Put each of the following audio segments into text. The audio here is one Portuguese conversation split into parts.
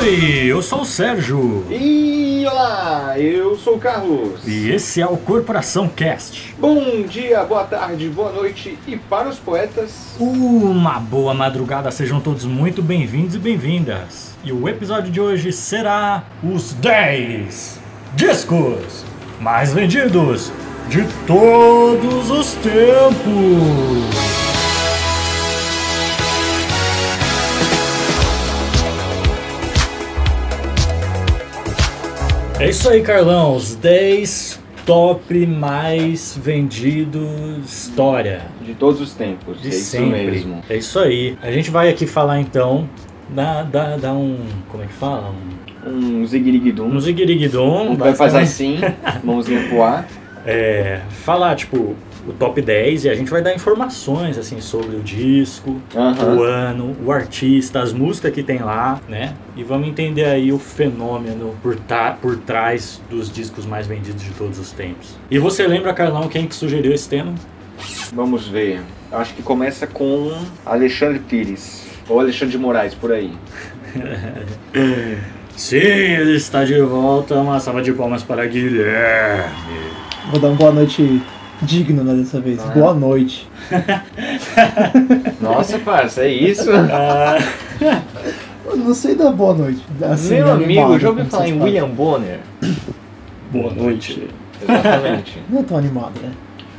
Oi, eu sou o Sérgio. E olá, eu sou o Carlos. E esse é o Corporação Cast. Bom dia, boa tarde, boa noite e para os poetas. Uma boa madrugada, sejam todos muito bem-vindos e bem-vindas. E o episódio de hoje será os 10 discos mais vendidos de todos os tempos. É isso aí, Carlão. Os 10 top mais vendidos história. De todos os tempos, De é isso sempre. mesmo. É isso aí. A gente vai aqui falar então. Dá, dá, dá um. Como é que fala? Um, Um ziguiriguidum. um ziguiriguidom. Vai fazer basicamente. assim, mãozinha pro ar. É, falar, tipo, o top 10 e a gente vai dar informações, assim, sobre o disco, Aham. o ano, o artista, as músicas que tem lá, né? E vamos entender aí o fenômeno por, ta- por trás dos discos mais vendidos de todos os tempos. E você lembra, Carlão, quem que sugeriu esse tema? Vamos ver. Acho que começa com Alexandre Pires. Ou Alexandre de Moraes, por aí. Sim, ele está de volta. Uma salva de palmas para Guilherme. Vou dar uma boa noite digna né, dessa vez. Não é? Boa noite. Nossa, parça, é isso? Ah, Eu não sei dar boa noite. assim, Meu animado, amigo, já ouviu como falar vocês em falam. William Bonner? boa noite. Exatamente. Não é tão animado, né?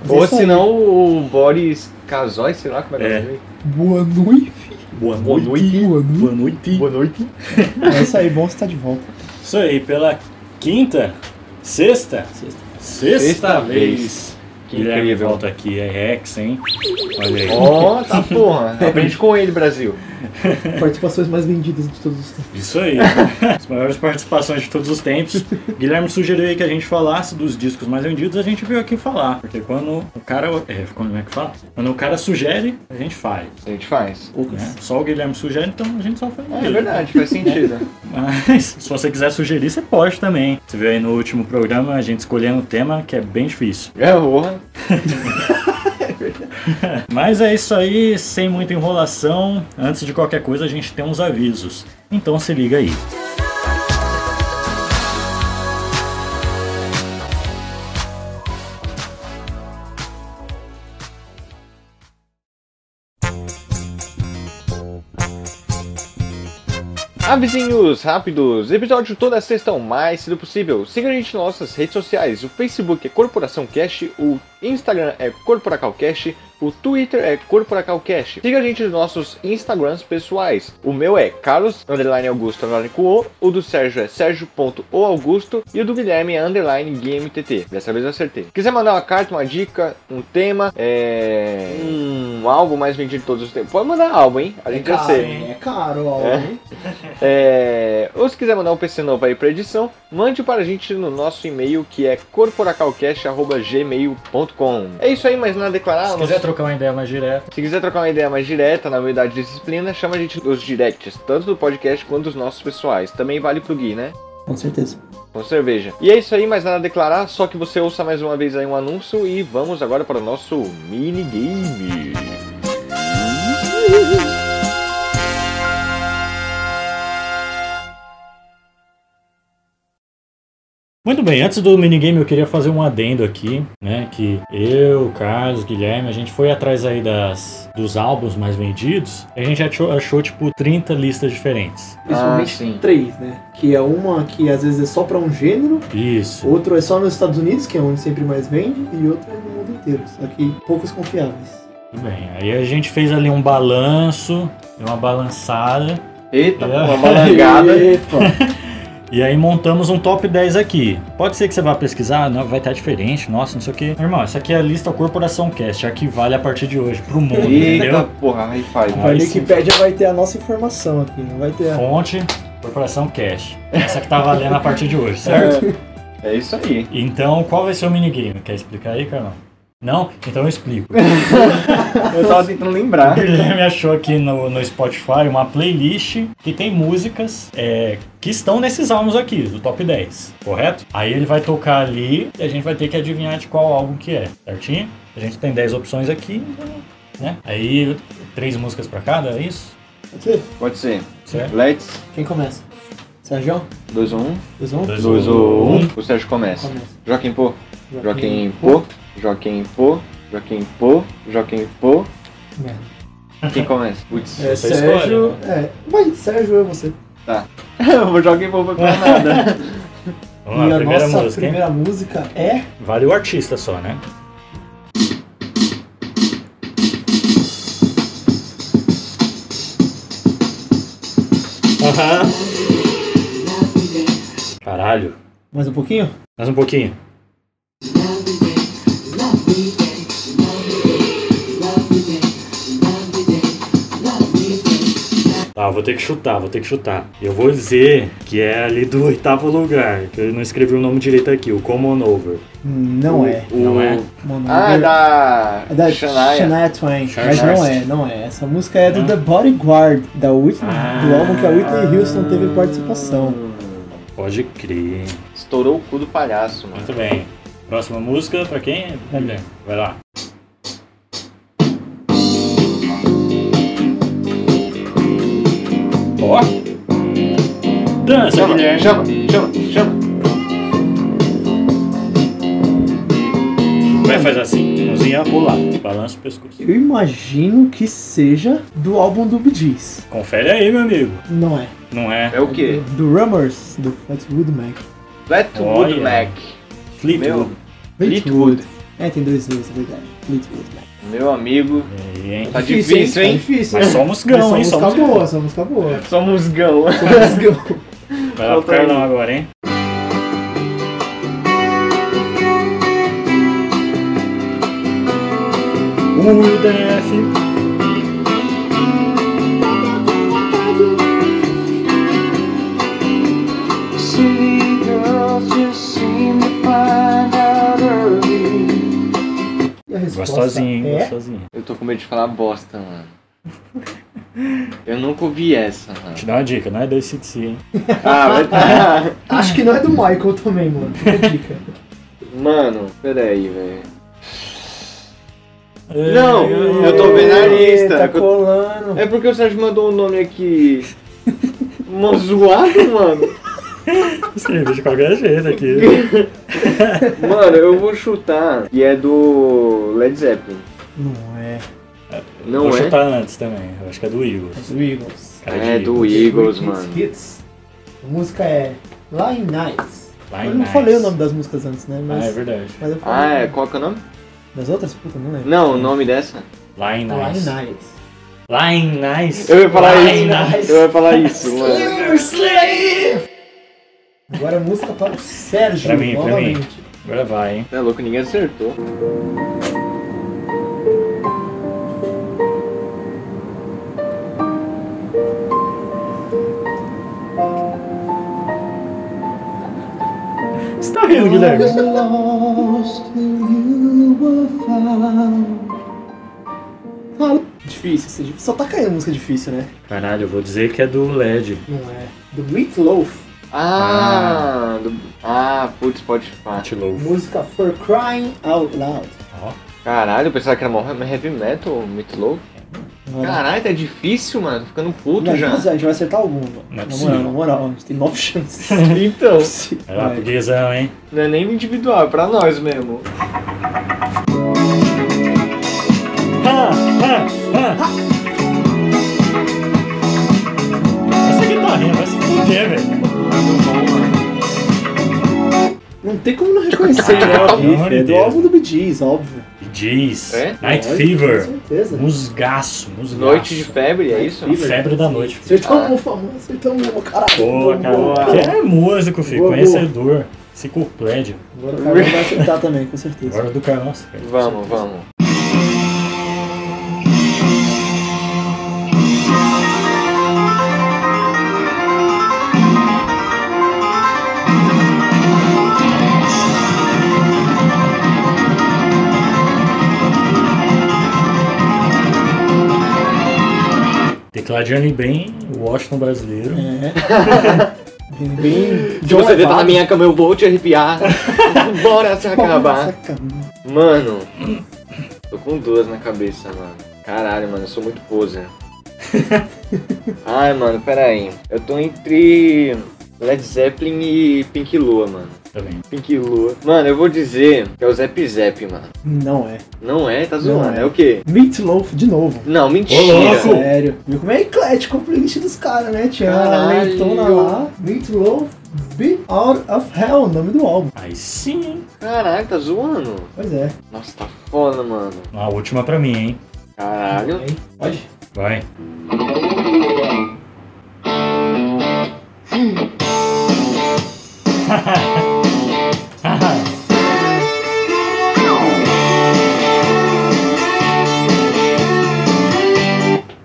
Mas é Ou isso aí. senão o Boris Casoy, sei lá como é que é o nome dele. Boa noite. Boa Boa noite. Boa noite. Boa noite. Boa noite. É isso aí, bom você tá de volta. Isso aí, pela quinta, sexta, sexta, Sexta vez. vez. Que Guilherme incrível. volta aqui, é Rex, hein? Olha aí. Ó, tá porra. Aprende com ele, Brasil. Participações mais vendidas de todos os tempos. Isso aí. As maiores participações de todos os tempos. Guilherme sugeriu aí que a gente falasse dos discos mais vendidos, a gente veio aqui falar. Porque quando o cara. É, como é que fala? Quando o cara sugere, a gente faz. A gente faz. né? Só o Guilherme sugere, então a gente só faz. É verdade, faz sentido. Mas se você quiser sugerir, você pode também. Você viu aí no último programa a gente escolhendo um tema que é bem difícil. É, porra. Mas é isso aí, sem muita enrolação. Antes de qualquer coisa, a gente tem uns avisos. Então se liga aí. Avisinhos rápidos, episódio toda sexta o mais cedo possível. Siga a gente nas nossas redes sociais, o Facebook é Corporação Cash, o Instagram é CorporacalCast, o Twitter é CorporacalCast. Siga a gente nos nossos Instagrams pessoais. O meu é Carlos, underline Augusto, underline com O, o do Sérgio é Sérgio.oAugusto e o do Guilherme é underline GuiMTT. Dessa vez eu acertei. Quiser mandar uma carta, uma dica, um tema, é... um álbum mais vendido de todos os tempos, pode mandar álbum, hein? A gente aceita. hein? É caro, ó. É. É, ou se quiser mandar um PC novo aí pra edição, mande para a gente no nosso e-mail que é corporacalcast.gmail.com. É isso aí, Ah, mas nada a declarar. Se nosso- quiser trocar uma ideia mais direta, se quiser trocar uma ideia mais direta na unidade de disciplina, chama a gente nos directs, tanto do podcast quanto dos nossos pessoais. Também vale pro Gui, né? Com certeza. Com cerveja. E é isso aí, mais nada a declarar, só que você ouça mais uma vez aí um anúncio e vamos agora para o nosso minigame. Muito bem, antes do minigame eu queria fazer um adendo aqui, né? Que eu, Carlos, Guilherme, a gente foi atrás aí das, dos álbuns mais vendidos. A gente achou, achou, tipo 30 listas diferentes. Ah, Principalmente sim. três, né? Que é uma que às vezes é só pra um gênero, Isso. outro é só nos Estados Unidos, que é onde sempre mais vende, e outro é no mundo inteiro. Só que poucos confiáveis. Muito bem. Aí a gente fez ali um balanço, deu uma balançada. Eita, É. uma balangada. Epa. E aí montamos um top 10 aqui. Pode ser que você vá pesquisar, não, vai estar diferente, nossa, não sei o que. Irmão, essa aqui é a lista Corporação Cast, arquivalha a partir de hoje pro mundo, Eita, entendeu? porra, high five. A Aí sim. Wikipedia vai ter a nossa informação aqui, não vai ter a Fonte, Corporação Cast. Essa que tá valendo a partir de hoje, certo? É isso aí. Então, qual vai ser o minigame? Quer explicar aí, Carlão? Não? Então eu explico. Eu tava tentando O lembrar. Guilherme achou aqui no, no Spotify uma playlist que tem músicas é, que estão nesses álbuns aqui, do top 10, correto? Aí ele vai tocar ali e a gente vai ter que adivinhar de qual álbum que é, certinho? A gente tem 10 opções aqui, né? Aí, três músicas pra cada, é isso? Pode ser? Pode ser. Certo? Let's. Quem começa? Sérgio, 2 a 1 dois a um? Dois. 2 a 1 O Sérgio começa. Começa. Joaquim Pô. Joaquim Pô. Pô. Joaquim Pô. Joaquim Pô. Joaquim Pô. Merda. Quem começa? Putz. É, Você Sérgio. escolhe, né? É. Vai, Sérgio, é você. Tá. O Joaquim Pô foi pra nada. Vamos lá, e a primeira nossa música, hein? primeira música é. Vale o artista só, né? Aham. Caralho. Mais um pouquinho? Mais um pouquinho. Tá, eu vou ter que chutar, vou ter que chutar. Eu vou dizer que é ali do oitavo lugar. que Eu não escrevi o nome direito aqui, o Common Over. Não é. O- Não é? Mano, Ah, eu- da. É da Shania, Shania. Twain. Shania Mas não Twain. é, não é. Essa música é do Não? The Bodyguard, da Whitney, Ah. do álbum que a Whitney Houston teve participação. Pode crer. Estourou o cu do palhaço, mano. Muito bem. Próxima música, pra quem? Pra mim. Vai lá. Ó! Dança, Chama, Guilherme! chama, chama, chama. Vai fazer assim, mãozinha pro lado, balança o pescoço. Eu imagino que seja do álbum do Bee Gees. Confere aí, meu amigo. Não é. Não é? É o quê? Do Rummers, do Fleetwood Mac. Flatwood Olha. Mac. Meu, Fleetwood. Fleetwood. É, tem dois dois, é verdade. Fleetwood Mac. Meu amigo. Aí, hein? Tá difícil, hein? Tá difícil, Mas só Mas musgão, hein? só Só música musgão. boa, É só música boa. Só musgão. Let's go. Vai lá pro Volta aí. Carlão agora, hein? O DF. E a resposta Gostosinho, hein? é... Gostosinho. Eu tô com medo de falar bosta, mano. Eu nunca ouvi essa, mano. Te dá uma dica, não é do ACDC, hein? Ah, vai tá. Acho que não é do Michael também, mano. Fica a dica. Mano, peraí, velho. Não, É, eu tô vendo a lista. Tá colando. É porque o Sérgio mandou um nome aqui. Mó zoado, mano. Escrevi de qualquer jeito aqui. Mano, eu vou chutar. E é do Led Zeppelin. Não é. Não Vou é? chutar antes também. Eu acho que é do Eagles. É do Eagles. Cara de É Eagles. do Eagles, Greatest mano. Hits. A música é Lying Nights. Vai, eu não nice. falei o nome das músicas antes, né? Ah, é Mas, verdade. mas eu falei. Ah, é. Qual que é o nome? Das outras? Puta, não lembro. Não, o nome dessa. Line Lying Nice. Nights. Line Nice. Eu ia falar Line isso. Nice. Eu ia falar isso, mano. Agora a música para o Sérgio, Pra mim, pra mim. novamente. Agora vai, hein? Tá louco, ninguém acertou. Você tá rindo, Guilherme? Difícil, esse difícil. Só tá caindo música difícil, né? Caralho, eu vou dizer que é do LED. Não é. Do Meatloaf. Ah, do... ah putz, pode falar. Antilow. Música For Crying Out Loud. Ó. Caralho, eu pensava que era mó heavy metal, muito louco. Caralho, tá difícil, mano. Tô ficando puto Não, já. A gente vai acertar alguma. Não é na possível. moral, na moral, a gente tem nove chances. É, Então, Vai É lá, burguesão, hein? não é nem individual, é pra nós mesmo. Ha, ha, ha. Essa guitarrinha vai se fuder, velho. Não tem como não reconhecer, né? Pelo o riff, amor de é do Deus. álbum do Bee Gees, óbvio. Jeez. É? Night Lógico, Com Fever. certeza. Musgaço, musgaço. Noite de febre, é isso? Fever. Febre da noite. filho. Acertamos uma, famosa, acertamos uma, um caralho. Boa, cara. Você é músico, filho. Boa, boa. Conhecedor. Ciclopédia. Agora o cara vai acertar também, com certeza. Agora do Carlão. cara. Vamos, vamos. Tecladinho bem, o Washington brasileiro. É. Bem, bem Se você ver Levado. pela minha cama, eu vou te arrepiar. Bora se acabar. Nossa, cara. Mano, tô com duas na cabeça, mano. Caralho, mano, eu sou muito poser. Ai, mano, pera aí. Eu tô entre. Led Zeppelin e Pink Lua, mano. também. Pink Lua. Mano, eu vou dizer que é o Zep Zep, mano. Não é. Não é? Tá Não zoando. é. É. o quê? Meatloaf de novo. Não, mentira. louco! Pô. Sério. Viu como é eclético o playlist dos caras, né? Tinha a Caralho. leitona lá. Meatloaf, Be Out of Hell, o nome do álbum. Aí sim. Caralho, tá zoando? Pois é. Nossa, tá foda, mano. A última pra mim, hein? Caralho. Aí, Pode. Vai.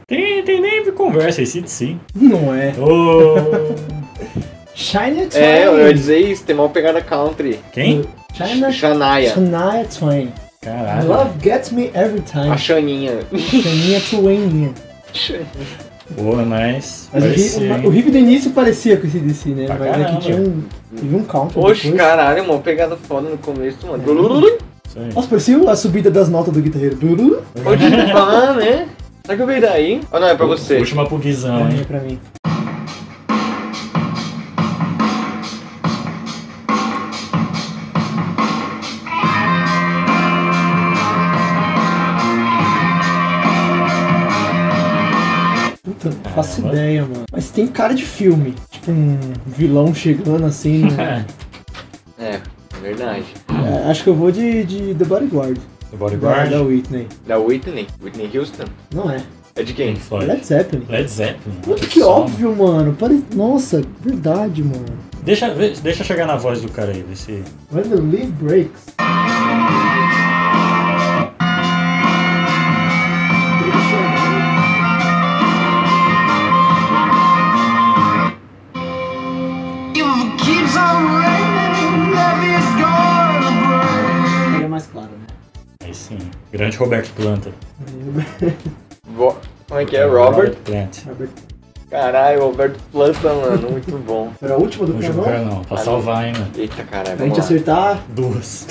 tem, tem nem conversa, esse sim. Não é. Ô, China Twain. É, eu ia dizer isso, tem mal pegada country. quem? China Shania. Tá Shania Twain. Caralho. Love gets me every time. A Xaninha. Shania Twain. Boa, nice. Mas o Parecia, Ri- hein? o Riff do início parecia com esse DC, né? Pra Mas aqui caramba. tinha um. Teve um counter. Oxe, depois. caralho, mano. Pegada foda no começo, mano. Isso aí. Nossa, parecia a subida das notas do guitarreiro. Dururu. Pode falar, né? Será que eu veio daí? Ah, não, é pra você. Última pro Guizão, Não é hein? pra mim. Puta, não faço Caramba. ideia, mano. Mas tem cara de filme. Tipo, um vilão chegando assim. né? É, verdade. É, acho que eu vou de, de The Bodyguard. The Da, é da Bodyguard. Whitney. Da Whitney. Whitney Houston. Não é. É de quem? Pink Floyd. Led Zeppelin. Led Zeppelin. Puta que Só, óbvio, mano. Pare... Nossa, verdade, mano. mano. Deixa, vê- deixa eu chegar na voz do cara aí, ver se. When the leaf breaks. É mais claro, né? Aí sim. Grande Roberto Planta. Vo- Como é que é? Robert? Plant. Caralho, Roberto Planta, mano. Muito bom. Era a última do Não jogar programa? não, pra Ah, não. salvar, hein, mano. Eita, caralho. Pra gente vamos lá. acertar. Duas.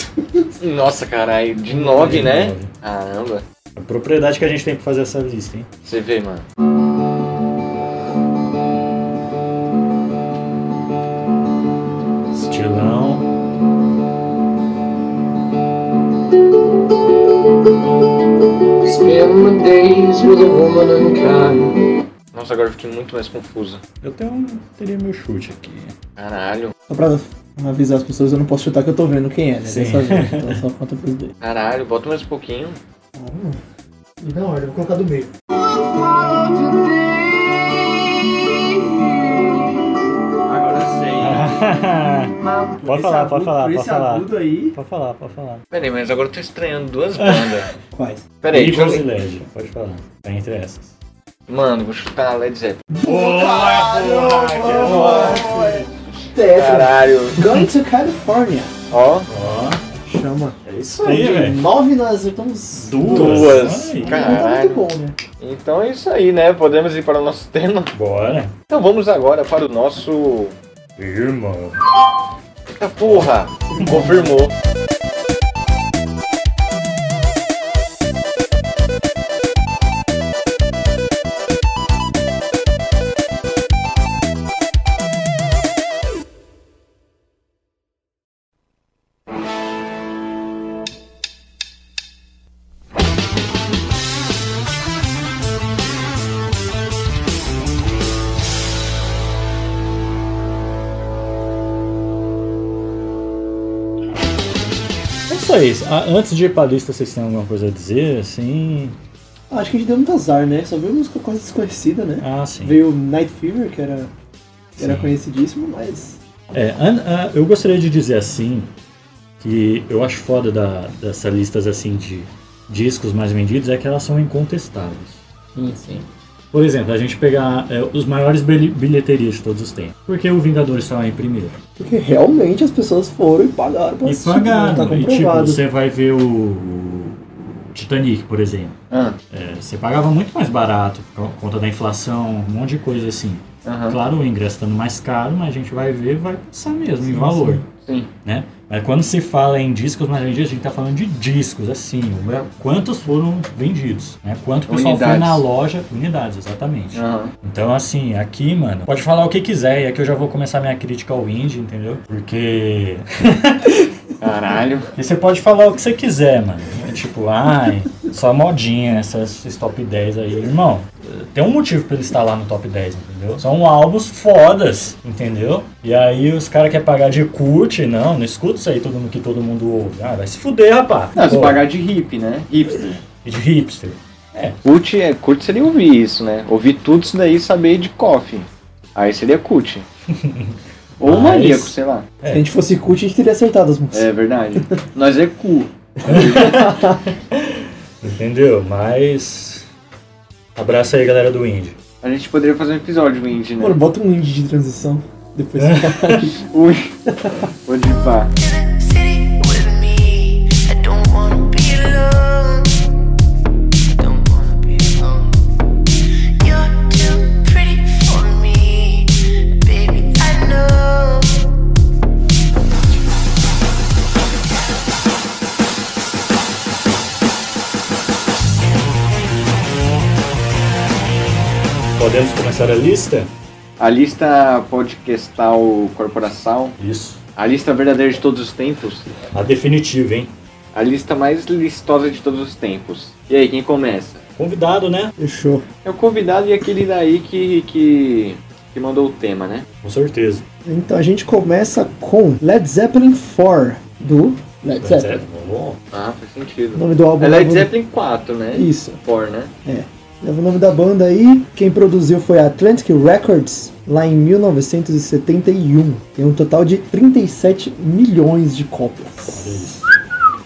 Nossa, caralho. De nove, De né? nove. Caramba. A propriedade que a gente tem pra fazer essa lista, hein? Você vê, mano. Estilão. Spend my days with a woman unkind. Nossa, agora eu fiquei muito mais confuso. Eu tenho um, teria meu chute aqui. Caralho. Só pra avisar as pessoas, eu não posso chutar que eu tô vendo quem é, né? Sim. Dessa vez. Então só conta pros dois. Caralho, bota mais um pouquinho. Ah, não. E na ordem, eu vou colocar do meio. Agora sei. pode falar, pode falar, pode falar. aí. Pode falar, pode falar. Peraí, mas agora eu tô estranhando duas bandas. Quais? Peraí, deixa eu Eagles e ler. Led, pode falar. Tá entre essas. Mano, vou chutar Led Zeppelin. Boa, Tetra. Caralho. Going to California. Ó, Ó, Chama. é isso aí, De velho. Nove nós estamos... Duas. Duas. Aí. Não tá muito caralho. bom, né? Então é isso aí, né? Podemos ir para o nosso tema. Bora. Então vamos agora para o nosso. Irmão. Eita porra! Confirmou. É isso aí. Ah, Antes de ir pra lista, vocês têm alguma coisa a dizer? Assim. Ah, Acho que a gente deu muito azar, né? Só veio música quase desconhecida, né? Ah, sim. Veio Night Fever, que era, que era Sim. conhecidíssimo, mas... É, an- a- eu gostaria de dizer assim que eu acho foda da, dessas listas assim de discos mais vendidos é que elas são incontestáveis. Sim, sim. Por exemplo, a gente pegar é, os maiores bili- bilheterias de todos os tempos. Por que o Vingadores está lá em primeiro? Porque realmente as pessoas foram e pagaram pra E assistir, pagaram. Tá e tipo, comprovado. você vai ver o, o Titanic, por exemplo. Ah, É, você pagava muito mais barato por conta da inflação, um monte de coisa assim. aham. Claro, o ingresso estando mais caro, mas a gente vai ver, vai passar mesmo em Sim, valor. sim. Sim. né? Mas quando se fala em discos mais vendidos, a gente tá falando de discos, assim, o- quantos foram vendidos, né? Quanto o pessoal foi Unidades. na loja, unidades, exatamente. Aham. Então, assim, aqui, mano, pode falar o que quiser, e aqui eu já vou começar minha crítica ao indie, entendeu? Porque Caralho. e você pode falar o que você quiser, mano. É tipo, ai, só modinha essas, esses top 10 aí. Irmão, tem um motivo pra ele estar lá no top 10, entendeu? São álbuns fodas, entendeu? E aí os caras querem pagar de curte, não, não escuta isso aí todo mundo que todo mundo ouve. Ah, vai se fuder, rapaz. Não, se Pô, pagar de hip, né? Hipster. e De hipster. Cult, é, cult seria ouvir isso, né? Ouvir tudo isso daí e saber de coffee. Aí seria cult. Ou Mas- maníaco, sei lá. Se a gente fosse cult, a gente teria acertado as músicas. né? É verdade. Nós é cu. Entendeu? Mas. Abraço aí, galera do Indie. A gente poderia fazer um episódio indie, né? Mano, bota um indie de transição. Depois É. Ui. Pode ir pá. City with me. I don't wanna be alone. Don't wanna be alone. You're too pretty for me, baby. I know. Podemos começar a lista? A lista podcastal corporação, Isso. a lista verdadeira de todos os tempos, A definitiva, hein? a lista mais listosa de todos os tempos. E aí, quem começa? Convidado, né? fechou. É o convidado e aquele daí que, que, que mandou o tema, né? Com certeza. Então a gente começa com Led Zeppelin 4 do Led Zeppelin. Bom, Ah, faz O sentido. nome do álbum É Led novo- Zeppelin 4, né? Isso. 4, né? Leva o nome da banda aí. Quem produziu foi a Atlantic Records lá em 1971. Tem um total de 37 milhões de cópias. olha isso.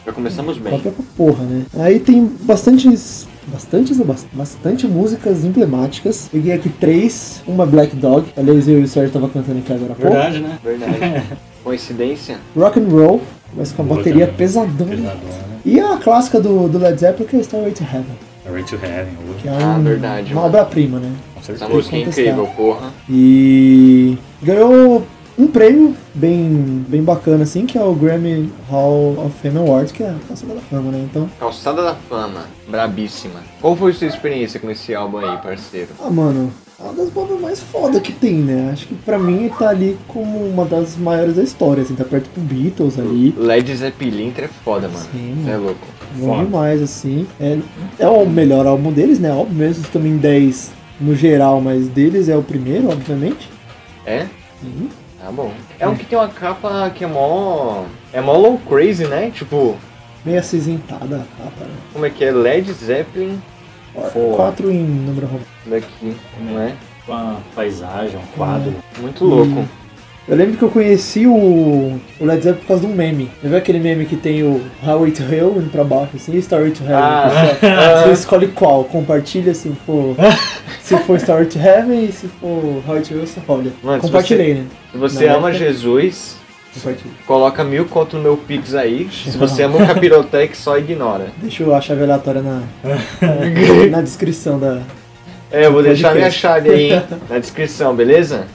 Já começamos bem. Cópia pra porra, né? Aí tem bastantes. Bastantes ou bas- bastante músicas emblemáticas. Peguei aqui três, uma Black Dog. Aliás, eu e o Sérgio tava cantando aqui agora há pouco. Verdade, né? Verdade. Coincidência? Rock and Roll, mas com a Boa bateria é também. pesadona. Pesadona, né? E a clássica do, do Led Zeppelin que é Stairway to Heaven, Right to Heaven, hoje, que é Ah, um- verdade, uma mano. obra-prima, né? com Essa certeza. música é incrível, porra. E ganhou um prêmio bem, bem bacana, assim, que é o Grammy Hall of Fame Award, que é a Calçada da Fama, né? Então, Calçada da Fama, brabíssima. Qual foi sua experiência com esse álbum aí, parceiro? ah, mano, é uma das bandas mais foda que tem, né? Acho que pra mim tá ali como uma das maiores da história, assim, tá perto com Beatles ali. Led Zeppelin é foda, mano. Sim, Cê é mano. louco. Bom Foda. demais, assim. É, é o melhor álbum deles, né? Óbvio mesmo, também 10 no geral, mas deles é o primeiro, obviamente. É? Sim. Tá bom. É um que tem uma capa que é mó. É mó low crazy, né? Tipo, Meio acinzentada a capa, né? como é que é? Led Zeppelin Foda. 4 em número romano. daqui, não é? Uma paisagem, um quadro. Muito louco. Eu lembro que eu conheci o, o Led Zeppelin por causa de um meme. Já viu aquele meme que tem o Highway to Hell indo pra baixo, assim, e Story to Heaven? Ah, Você escolhe qual, compartilha se for. se for Story to Heaven e se for Highway to Hell, você olha. Mano, se Compartilhei, né? se você Não, ama né? Jesus, Compartilha. coloca mil conto no meu Pix aí. Se você ama o Capirotec, só ignora. Deixa eu a chave aleatória na, na descrição da. É, eu vou deixar Pode minha crer. chave aí hein, na descrição, beleza?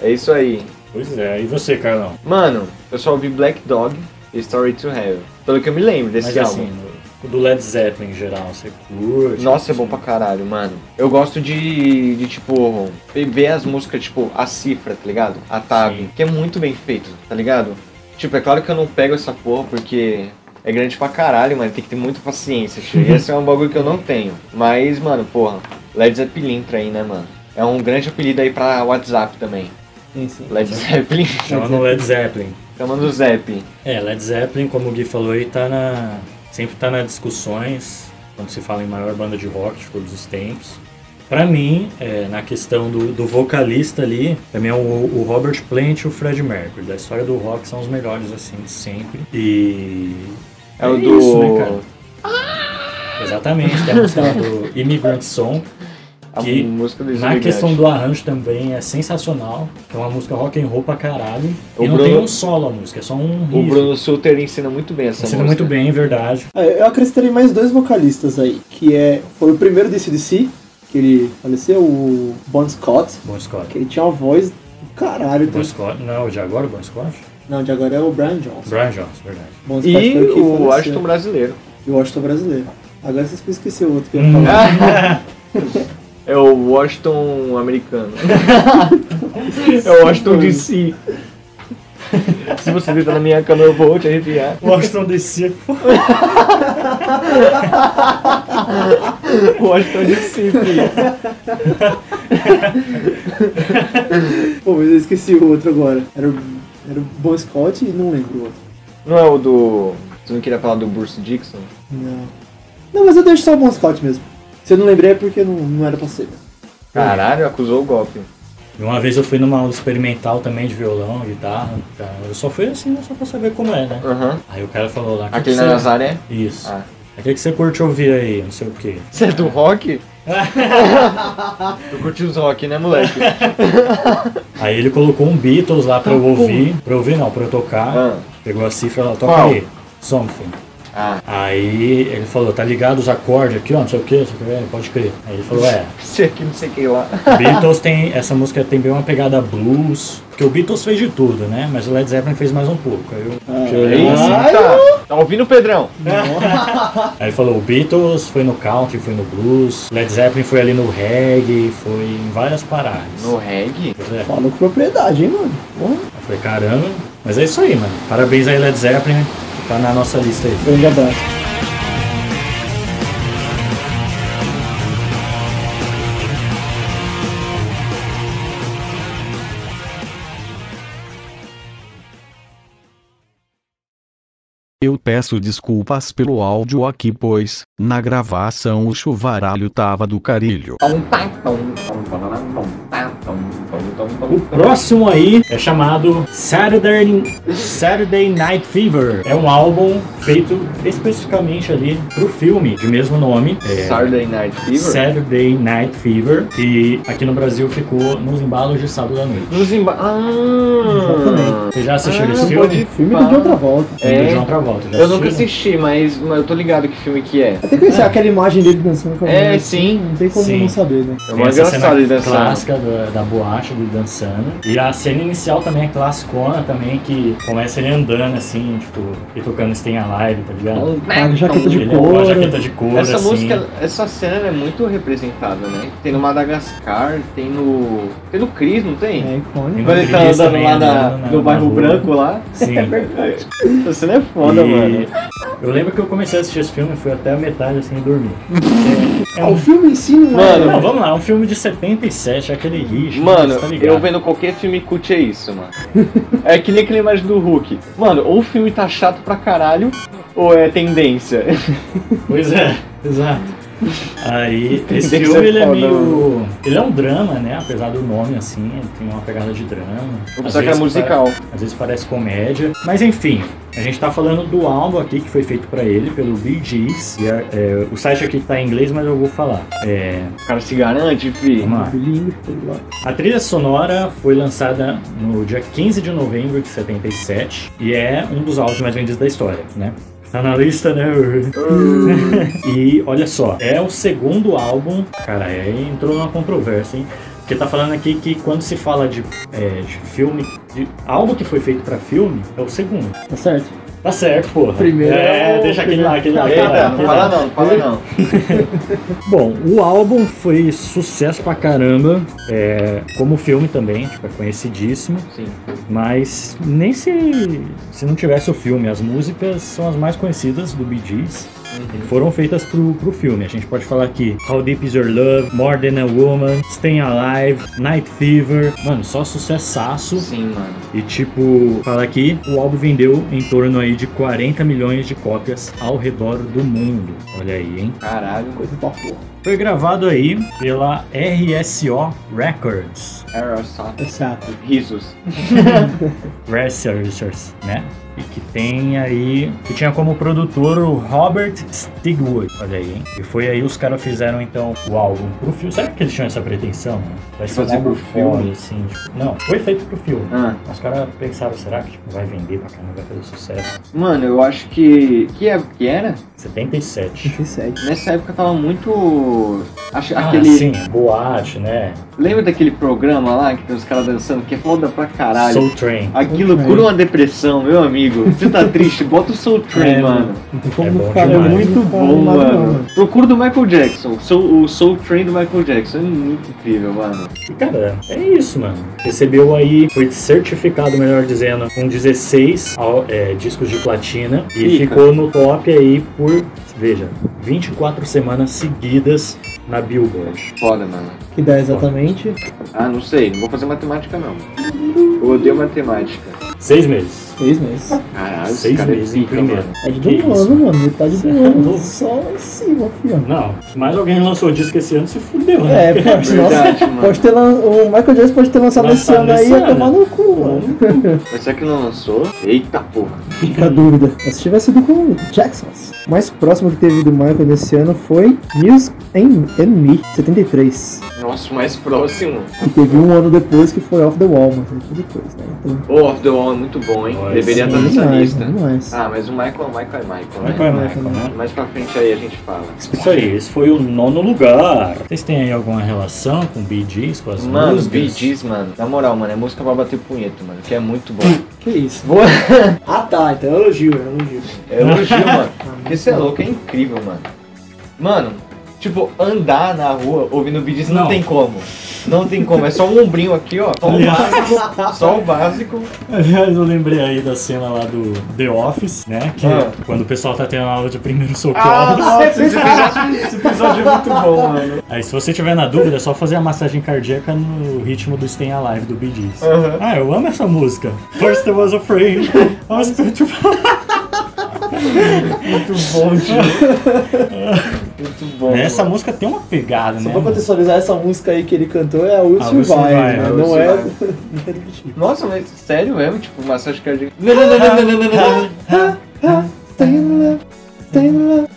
É isso aí. Pois é, e você, Carlão? Mano, eu só ouvi Black Dog e Story to Heaven. Pelo que eu me lembro desse Mas assim, álbum. do Led Zeppelin em geral, você curte? Nossa, é bom pra caralho, mano. Eu gosto de, de tipo, ver as músicas, tipo, a cifra, tá ligado? A tab, Sim. que é muito bem feito, tá ligado? Tipo, é claro que eu não pego essa porra porque é grande pra caralho, mano. Tem que ter muita paciência, tio. E esse é um bagulho que eu não tenho. Mas, mano, porra, Led Zeppelin pra aí, né, mano? É um grande apelido aí pra WhatsApp também. Sim, sim. Led Zeppelin. Chama no Led Zeppelin. Chama no Zep. É, Led Zeppelin, como o Gui falou aí, tá na... sempre tá nas discussões, quando se fala em maior banda de rock de todos os tempos. Pra mim, é, na questão do, do vocalista ali, pra mim é o, o Robert Plant e o Fred Mercury. Da história do rock são os melhores, assim, de sempre. E É o É do. isso, né, cara? Exatamente, tem a música lá do Immigrant Song. a Que música do Na Zé questão do arranjo também é sensacional. É uma música rock and roll pra caralho. O e não Bruno- tem um solo a música, é só um O riff. Bruno Suter ensina muito bem essa Ensina música. muito bem, é verdade. Ah, Eu acrescentaria mais dois vocalistas aí, que é, foi o primeiro desse DC, que ele faleceu, o Bon Scott, Bon Scott. que ele tinha uma voz do caralho. Bon Tem- Scott. Não, de agora, Bon Scott? Não, de agora é o Brian Johnson. Brian Jones, verdade. Bom, esse cara E foi que o faleceu. Washington brasileiro. E o Washington brasileiro. Agora vocês esqueceram o outro que eu ia falar. É o Washington americano. é o Washington DC. Se você deitar na minha cama, eu vou te arrepiar. Washington DC. Washington DC, filho. Hum. Pô, mas eu esqueci o outro agora. Era o, era o Bon Scott e não lembro o outro. Não é o do. Você não queria falar do Bruce Dixon? Não. Não, mas eu deixo só o Bon Scott mesmo. Se eu não lembrei é porque não, não era pra ser. Caralho, acusou o golpe. E uma vez eu fui numa aula experimental também de violão, guitarra. cara. Eu só fui assim, só pra saber como é, né? Aham. Aí o cara falou lá. "Que Aquele que na você- Nazaré? Isso. Ah. Aquele que você curte ouvir aí, não sei o quê. Você é do rock? eu curti os rock, né, moleque? Aí ele colocou um Beatles lá pra eu ouvir. Pra eu ouvir não, pra eu tocar. Ah. Pegou a cifra lá, toca Qual? aí. Something. Ah. Aí ele falou, tá ligado os acordes aqui, ó, não sei o que, não sei o que, é, pode crer. Aí ele falou, é, Você aqui não sei quem lá. Beatles tem. Essa música tem bem uma pegada blues. Porque o Beatles fez de tudo, né? Mas o Led Zeppelin fez mais um pouco. Aí, eu, Aí sim, tá. Tá ouvindo o Pedrão? aí ele falou: o Beatles foi no country, foi no blues. Led Zeppelin foi ali no reggae, foi em várias paradas. No reggae? Pois é. Fala com propriedade, hein, mano? Porra, Eu falei: caramba. Mas é isso aí, mano. Parabéns aí, Led Zeppelin. Tá na nossa lista aí. grande abraço. Eu peço desculpas pelo áudio aqui, pois, na gravação o chuvaralho tava do carilho. O próximo aí é chamado Saturday, Saturday Night Fever. É um álbum feito especificamente ali pro filme de mesmo nome. É, Saturday Night Fever? Saturday Night Fever. E aqui no Brasil ficou nos embalos de sábado à noite. Nos emba... Ah, Você já assistiu Ah, esse filme? pode Filme do pá. de outra volta. Filme do É. John Travolta, já Eu nunca assistiu? assisti, mas, mas eu tô ligado que filme que é. Até conhecer aquela imagem dele dançando com a É, mulher, assim, sim. Não tem como Sim. não saber, né? É Tem uma essa cena engraçada de dançar. clássica da, da boate do dançando. E a cena inicial também é classicona também, que começa ele andando assim, tipo, e tocando Stay Alive, tá ligado? Cara, jaqueta de Ele é com couro. a jaqueta de couro, Essa assim. música, essa cena é muito representada, né? Tem no Madagascar, tem no. Tem no Cris, não tem? É icônico. Quando ele tá Cris andando também, lá na- andando na- no na bairro rua. branco lá. Sim. Essa cena é foda, E mano. Eu lembro que eu comecei a assistir esse filme, fui até a metade assim e dormi. Ah, o filme em si não é. Mano, Não, vamos lá, é um filme de 77, é aquele ritmo, Mano, você tá ligado? eu vendo qualquer filme cult é isso, mano. É que nem aquele imagem do Hulk. Mano, ou o filme tá chato pra caralho, ou é tendência. Pois é, exato. Aí, esse Tem que filme ser ele é foda, meio. Ele é um drama, né? Apesar do nome, assim, ele tem uma pegada de drama. Às Vou pensar que é vezes musical. pare- Às vezes parece comédia. Mas enfim, a gente tá falando do álbum aqui que foi feito pra ele, pelo Bee Gees. E é- é, o site aqui tá em inglês, mas eu vou falar. É, O cara se garante, fi. vamos lá. Lindo, tá sei lá. A trilha sonora foi lançada no dia 15 de novembro de 77 e é um dos álbuns mais vendidos da história, né? Tá na lista, né? e olha só, é o segundo álbum. Cara, é, entrou numa controvérsia, hein? Porque tá falando aqui que quando se fala de, é, de filme, de álbum que foi feito pra filme, é o segundo. Tá certo? Tá certo, porra. Primeiro é É, o deixa aquele lá, aquele lá. aquele lá, Eita, não aquele fala lá. não, não fala não. Bom, o álbum foi sucesso pra caramba, é, como o filme também, tipo, é conhecidíssimo, Sim. mas nem se, se não tivesse o filme, as músicas são as mais conhecidas do Bee Gees, e foram feitas pro, pro filme, a gente pode falar aqui, How Deep Is Your Love, More Than A Woman, Staying Alive, Night Fever, mano, só sucessaço, Sim, mano. e tipo, falar aqui, o álbum vendeu em torno aí de 40 milhões de cópias ao redor do mundo, olha aí, hein? Caralho. Coisa pra porra. Foi gravado aí pela RSO Records. Era só É chato. risos. Researchers, né? e que tem aí. que tinha como produtor o Robert Stigwood. Olha aí, hein? E foi aí os caras fizeram então o álbum pro filme. Será que eles tinham essa pretensão? mano? Vai ser Fazer um álbum pro filme? foda, assim. tipo- Não, foi feito pro filme. Ah, Os caras pensaram, será que tipo, vai vender pra caramba, vai fazer sucesso? mano, eu acho que. Que época que era? 77. 37. Nessa época tava muito. Acho Ah, aquele. sim, boate, né? Lembra daquele programa lá que tem os caras dançando que é foda pra caralho? Ah. Soul Train. Aquilo Soul cura uma depressão, meu amigo. Você tá triste? Bota o Soul Train, É, mano. Não tem como É não bom ficar É demais. não muito ficar bom, animado, não, mano. Procura do Michael Jackson. Soul- o Soul Train do Michael Jackson. É muito incrível, mano. E, cara, é isso, mano. Recebeu aí, foi certificado, melhor dizendo, com 16 ao- é, discos de platina e Fica. ficou no top aí por, veja, 24 semanas seguidas na Billboard. Foda, mano. Que dá exatamente. Ah, não sei. Não vou fazer matemática, não. Eu odeio matemática. Seis meses. Seis meses. Caralho, esse Seis cara é meses em pica, primeiro. mano. É de Que um isso? ano, mano. Metade do Cê é ano. louco. Só em cima, fio. Não, se mais alguém lançou disco esse ano, se fudeu, né? É, pode, Verdade, nossa, mano. pode ter lan... o Michael Jackson pode ter lançado Lançado esse ano aí nesse ia ano. tomar no cu, mano. Mas será que não lançou? Eita porra. Fica a dúvida. Mas se tivesse sido com o Jackson. O mais próximo que teve do Michael nesse ano foi Music and, and Me, 73. Nossa, o mais próximo. E teve um ano depois que foi Off the Wall, mas aí foi depois, né? Então, O Off the Wall é muito bom, hein? Nossa, Deveria sim, estar nessa demais, lista. demais. Ah, mas o Michael, o Michael é Michael, Vai, vai, né? vai, Michael, vai. Mais pra frente aí a gente fala. Isso aí, esse foi o nono lugar. Vocês têm aí alguma relação com Bee Gees, com as Mano, músicas? Bee Gees, mano. Na moral, mano, é música pra bater punheta, mano. Que é muito bom. Que isso? Boa. Ah tá, então é elogio, é elogio. É elogio, mano. Porque você é louco, é incrível, mano. Mano, tipo, andar na rua ouvindo Bee Gees não, Não. tem como. Não tem como. É só um ombrinho aqui, ó. Só o Aliás. básico. Só o básico. Aliás, eu lembrei aí da cena lá do The Office, né? Que Ah. quando o pessoal tá tendo aula de primeiro socorro. Ah, nossa, esse episódio, esse episódio é muito bom, mano. Aí se você tiver na dúvida, é só fazer a massagem cardíaca no ritmo do Stay Alive do Bee Gees. Aham. Ah, eu amo essa música. First I was Tipo, afraid, I was petrified. Muito bom, tio. Muito bom. né, Essa mano. música tem uma pegada, Só né? pra contextualizar essa música aí que ele cantou é a Will A Will Survive, Survive, né? a Will Não é. Survive. não é repetido. Nossa, mas sério mesmo? Tipo, massagem cardíaca. Não, não, não, não, não, não, não, não. Stay in love, stay in love.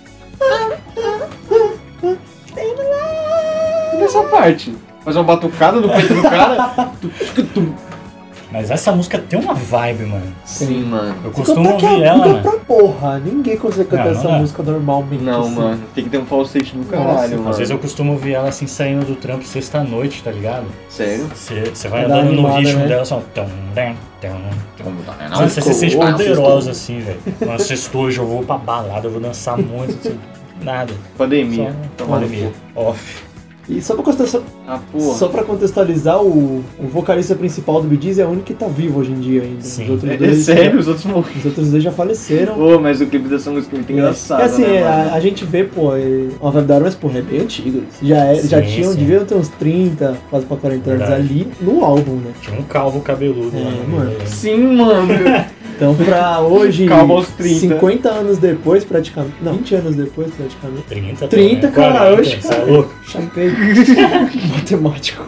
Nessa parte. Fazer uma batucada no peito do cara. Mas essa música tem uma vibe, mano. Sim, mano. Eu Você costumo que ouvir é ela, aguda mano. pra porra. Ninguém consegue Não, cantar não é. essa dá. música normalmente. Não, assim. mano, tem que ter um falsete do caralho, mano. Às vezes eu costumo ouvir ela assim saindo do trampo sexta-noite, tá ligado? Sério? Você vai Pra dar andando no animada, ritmo né? dela, só. um Tum, tum, tum, tum. né? Não, Nossa, você se sente ficou- poderosa assim, velho. Nossa, sexto hoje eu vou pra balada, eu vou dançar muito, assim, nada. né? Pandemia. Então, Só Tomara pandemia. Off. E só pra, contextu- Ah, porra. só pra contextualizar, o, o vocalista principal do Bee Gees é o único que tá vivo hoje em dia ainda. Sim. Os outros É, é dois, sério, os outros morreram. Os outros dois já faleceram. Pô, mas o clipe dessa música é muito engraçado, É assim, né, a, mano? a gente vê, pô, é, uma verdade, mas porra, é bem antigo. Já, é, já Sim, tinham, sim. deviam ter uns 30, quase pra 40 anos Verdade. ali no álbum, né? Tinha um calvo cabeludo lá É, no meio mano. dele. Sim, mano. Então pra hoje, Calma aos 30. 50 anos depois, praticamente. Não, 20 anos depois, praticamente. 30, 30, também, cara, 40, hoje, cê cara. é louco. Chapei. Matemático.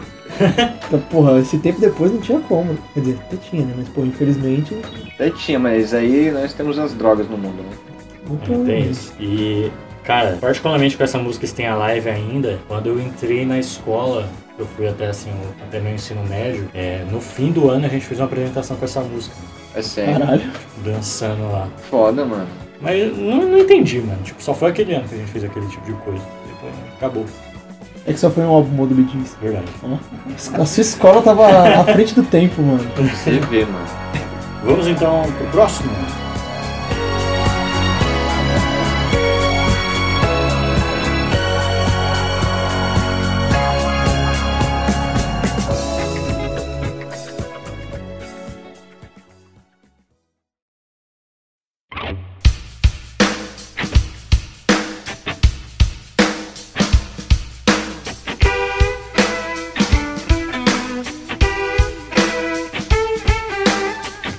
Então, porra, esse tempo depois não tinha como. Quer dizer, até tinha, né? Mas, porra, infelizmente, Até tinha, mas aí nós temos as drogas no mundo, né? muito É, tem isso. E, cara, particularmente com essa música Stay Alive ainda, quando eu entrei na escola, eu fui até assim, o- até meu ensino médio, é, no fim do ano a gente fez uma apresentação com essa música, É sério. Caralho. dançando lá. Foda, mano. Mas eu não, não entendi, mano. Tipo, só foi aquele ano que a gente fez aquele tipo de coisa. Depois né, acabou, É que só foi um álbum do Bee Gees. verdade. A sua escola tava à frente do tempo, mano. Você vê, mano. Vamos então pro próximo.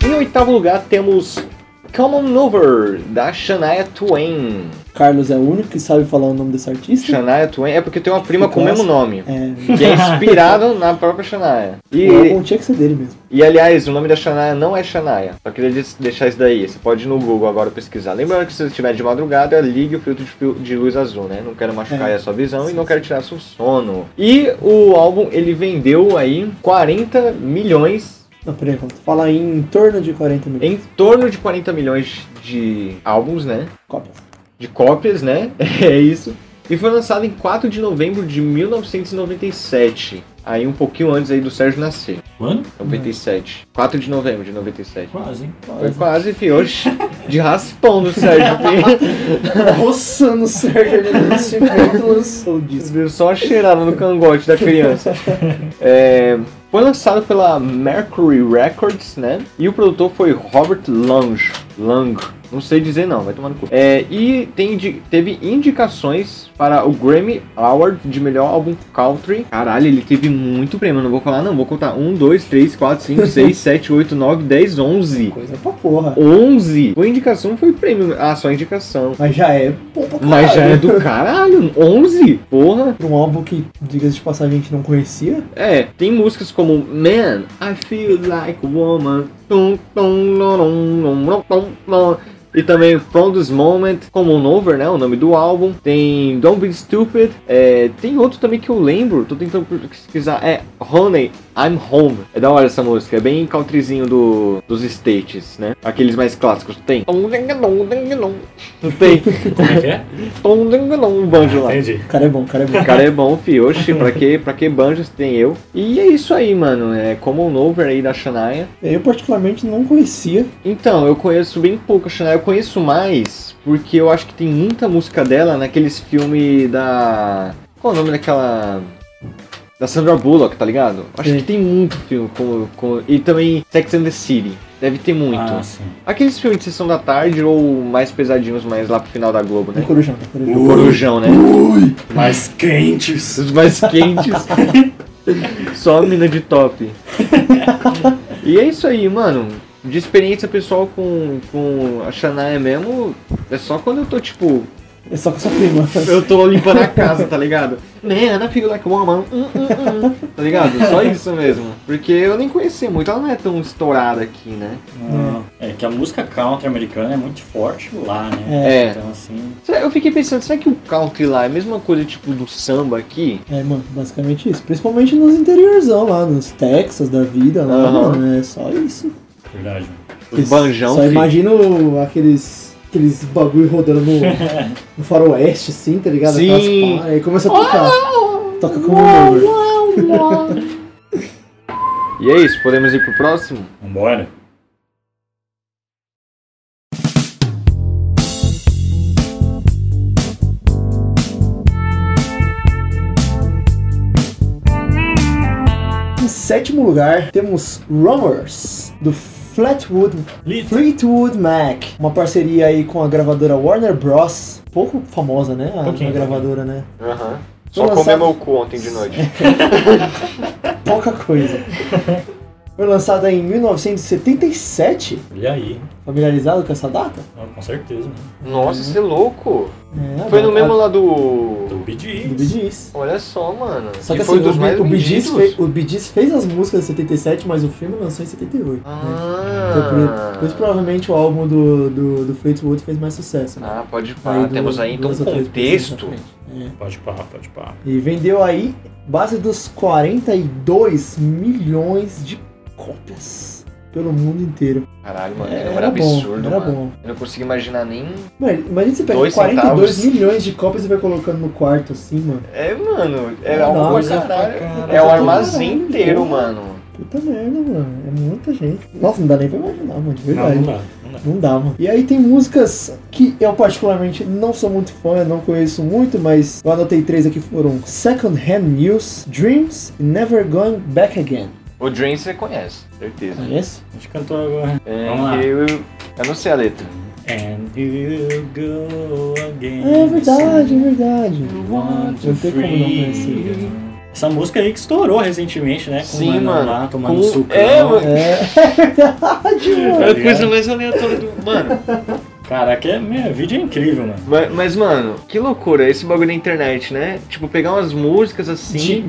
Em oitavo lugar temos Come On Over, da Shania Twain. Carlos é o único que sabe falar o nome desse artista. Shania Twain é porque tem uma prima Que com o mesmo clássico. nome. É, Que é inspirado na própria Shania. o E, álbum tinha que ser dele mesmo. e aliás, o nome da Shania não é Shania. Só queria des- deixar isso daí. Você pode ir no Google agora pesquisar. Lembrando que se você estiver de madrugada, ligue o filtro de, fio- de luz azul, né? Não quero machucar É. a sua visão e Sim, não quero tirar seu sono. E o álbum, ele vendeu aí 40 milhões Não, peraí, volta. Fala em torno de 40 mil em torno de 40 milhões de álbuns, né? cópias. De cópias, né? É isso. E foi lançado em 4 de novembro de 1997. Aí um pouquinho antes aí do Sérgio nascer. Quando? 97. 4 de novembro de 97. Quase, hein? Foi quase, fi. Oxi. De raspão do Sérgio, fi. Nossa, no Sérgio ele lançou lançou o disco. Deu Só a cheirada no cangote da criança. É, Foi lançado pela Mercury Records, né? E o produtor foi Robert Lang. Lang. Não sei dizer não, vai tomar no cu. É, e tem indi- teve indicações para o Grammy Award de melhor álbum country. Caralho, ele teve muito prêmio. Não vou falar não, vou contar. 1, 2, 3, 4, 5, 6, 7, 8, 9, 10, 11. Coisa pra porra. 11? Foi indicação, foi prêmio. Ah, só indicação. Mas já é bom pra caralho. Mas já é do caralho, 11? Porra. Pra um álbum que, diga-se de passagem, a gente não conhecia. É, tem músicas como Man, I Feel Like a Woman. Tum, tum, lorum, lorum, lorum, lorum. E também From This Moment, Common Over, né? O nome do álbum. Tem Don't Be Stupid. É, tem outro também que eu lembro, tô tentando pesquisar. É Honey, I'm Home. É da hora essa música, é bem countryzinho do, dos States, né? Aqueles mais clássicos. Tem. Não tem. Como é que é? Um banjo lá. Entendi. O cara é bom, o cara é bom. O cara é bom, fi. Oxi, pra que, pra que banjos tem eu? E é isso aí, mano. É Common Over aí da Shania. Eu, particularmente, não conhecia. Então, eu conheço bem pouco a Shania. Eu conheço mais porque eu acho que tem muita música dela naqueles filmes da... Qual é o nome daquela... Da Sandra Bullock, tá ligado? Acho Sim. que tem muito filme com, com... E também Sex and the City. Deve ter muito. Ah, sim. Aqueles filmes de Sessão da Tarde ou mais pesadinhos, mais lá pro final da Globo, Do né? Corujão, do Corujão. O Corujão, né? Mais quentes. os mais quentes. Só a mina de top. E é isso aí, mano. De experiência pessoal com, com a Shania mesmo, é só quando eu tô, tipo, É só com sua prima. eu tô limpando a casa, tá ligado? Man, I feel like a woman, hum, hum, hum. tá ligado? Só isso mesmo. Porque eu nem conhecia muito, ela não é tão estourada aqui, né? É que a música country americana é muito forte lá, né? É. Então, assim, Será- Eu fiquei pensando, será que o country lá é a mesma coisa, tipo, do samba aqui? É, mano, basicamente isso. Principalmente nos interiorzão lá, nos Texas da vida lá, Aham. mano. É só isso. verdade. mano. Os banjão, Só fi. imagino aqueles, aqueles bagulho rodando no, no faroeste, assim, tá ligado? Aquelas Sim. pá, Aí começa a tocar. Toca como um over. E é isso, podemos ir pro próximo? Vambora. Em sétimo lugar, temos Rumors, do Flatwood, Lit. Fleetwood Mac. Uma parceria aí com a gravadora Warner Bros. Pouco famosa, né? A, Pouquinho. a gravadora, né? Aham. Só Foi lançado- comeu meu cu ontem de noite. Pouca coisa. Foi lançada em 1977. Olha aí. Familiarizado com essa data? Ah, com certeza, né? Uhum. Nossa, você é louco. É, Foi no a- mesmo a- lá Do do. Bee Gees. do Bee Gees. Olha só, mano. Só E que assim, foi um o, dos mais Bee- o, Bee Gees vendidos. fez, o Bee Gees fez as músicas em 77, mas o filme lançou em 78. né? Foi Ah. por- Por isso provavelmente o álbum do, do, do Fleetwood fez mais sucesso. Né? Ah, pode Aí pá. do- Temos aí então um duas ou três contexto. músicas na frente. Pode pá, pode pá. É. E vendeu aí base dos 42 milhões de cópias pelo mundo inteiro. Caralho, mano. É, É, número era absurdo, bom, era mano. bom. Eu não consigo imaginar nem. Mano, imagina você pega Dois 42 centavos. milhões de cópias e vai colocando no quarto assim, mano. É, mano. É Não, algo coisa pra caralho. pra É o caralho. armazém inteiro, Porra. mano. Puta merda, mano. É muita gente. Nossa, não dá nem pra imaginar, mano. De Não, verdade. não dá, não dá. Não dá, mano. E aí tem músicas que eu particularmente não sou muito fã, eu não conheço muito, mas eu anotei três aqui foram Second Hand News, Dreams e Never Going Back Again. é O Dream você conhece, certeza. Conhece? A gente cantou agora. É, Vamos lá. eu, eu não sei a letra. And you go again. É verdade, é verdade. Não tem como não free. conhecer. Essa música aí que estourou recentemente, né? Com Sim, o Manon mano. lá tomando Tá Com- suco. É, Não, mano. É verdade, mano. É a coisa mais aleatória do. Mano, Caraca, é, minha vida é incrível, mano. Mas, mas, mano, que loucura esse bagulho da internet, né? Tipo, pegar umas músicas assim. De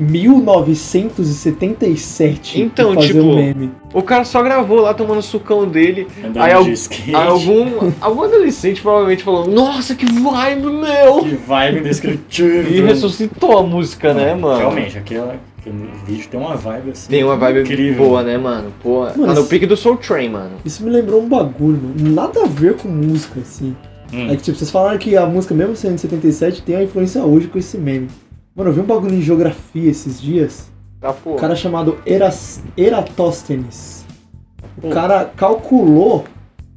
1977. Então, pra fazer tipo, um meme. O cara só gravou lá tomando o sucão dele. Andando Aí al- de skate. Aí algum, algum adolescente provavelmente falou: Nossa, que vibe, meu! Que vibe descritiva. Uhum. E ressuscitou a música, né, mano? Realmente, é, aquele, aquele um vídeo tem uma vibe assim. Tem uma vibe incrível. boa, né, mano? Pô, tá Mano, no isso- pique do Soul Train, mano. Isso me lembrou um bagulho, mano. Nada a ver com música, assim. Hum. É que, tipo, vocês falaram que a música, mesmo sendo de 77, tem uma influência hoje com esse meme. Mano, eu vi um bagulho em geografia esses dias. Tá, Um pô. cara chamado Eras, Eratóstenes. O cara calculou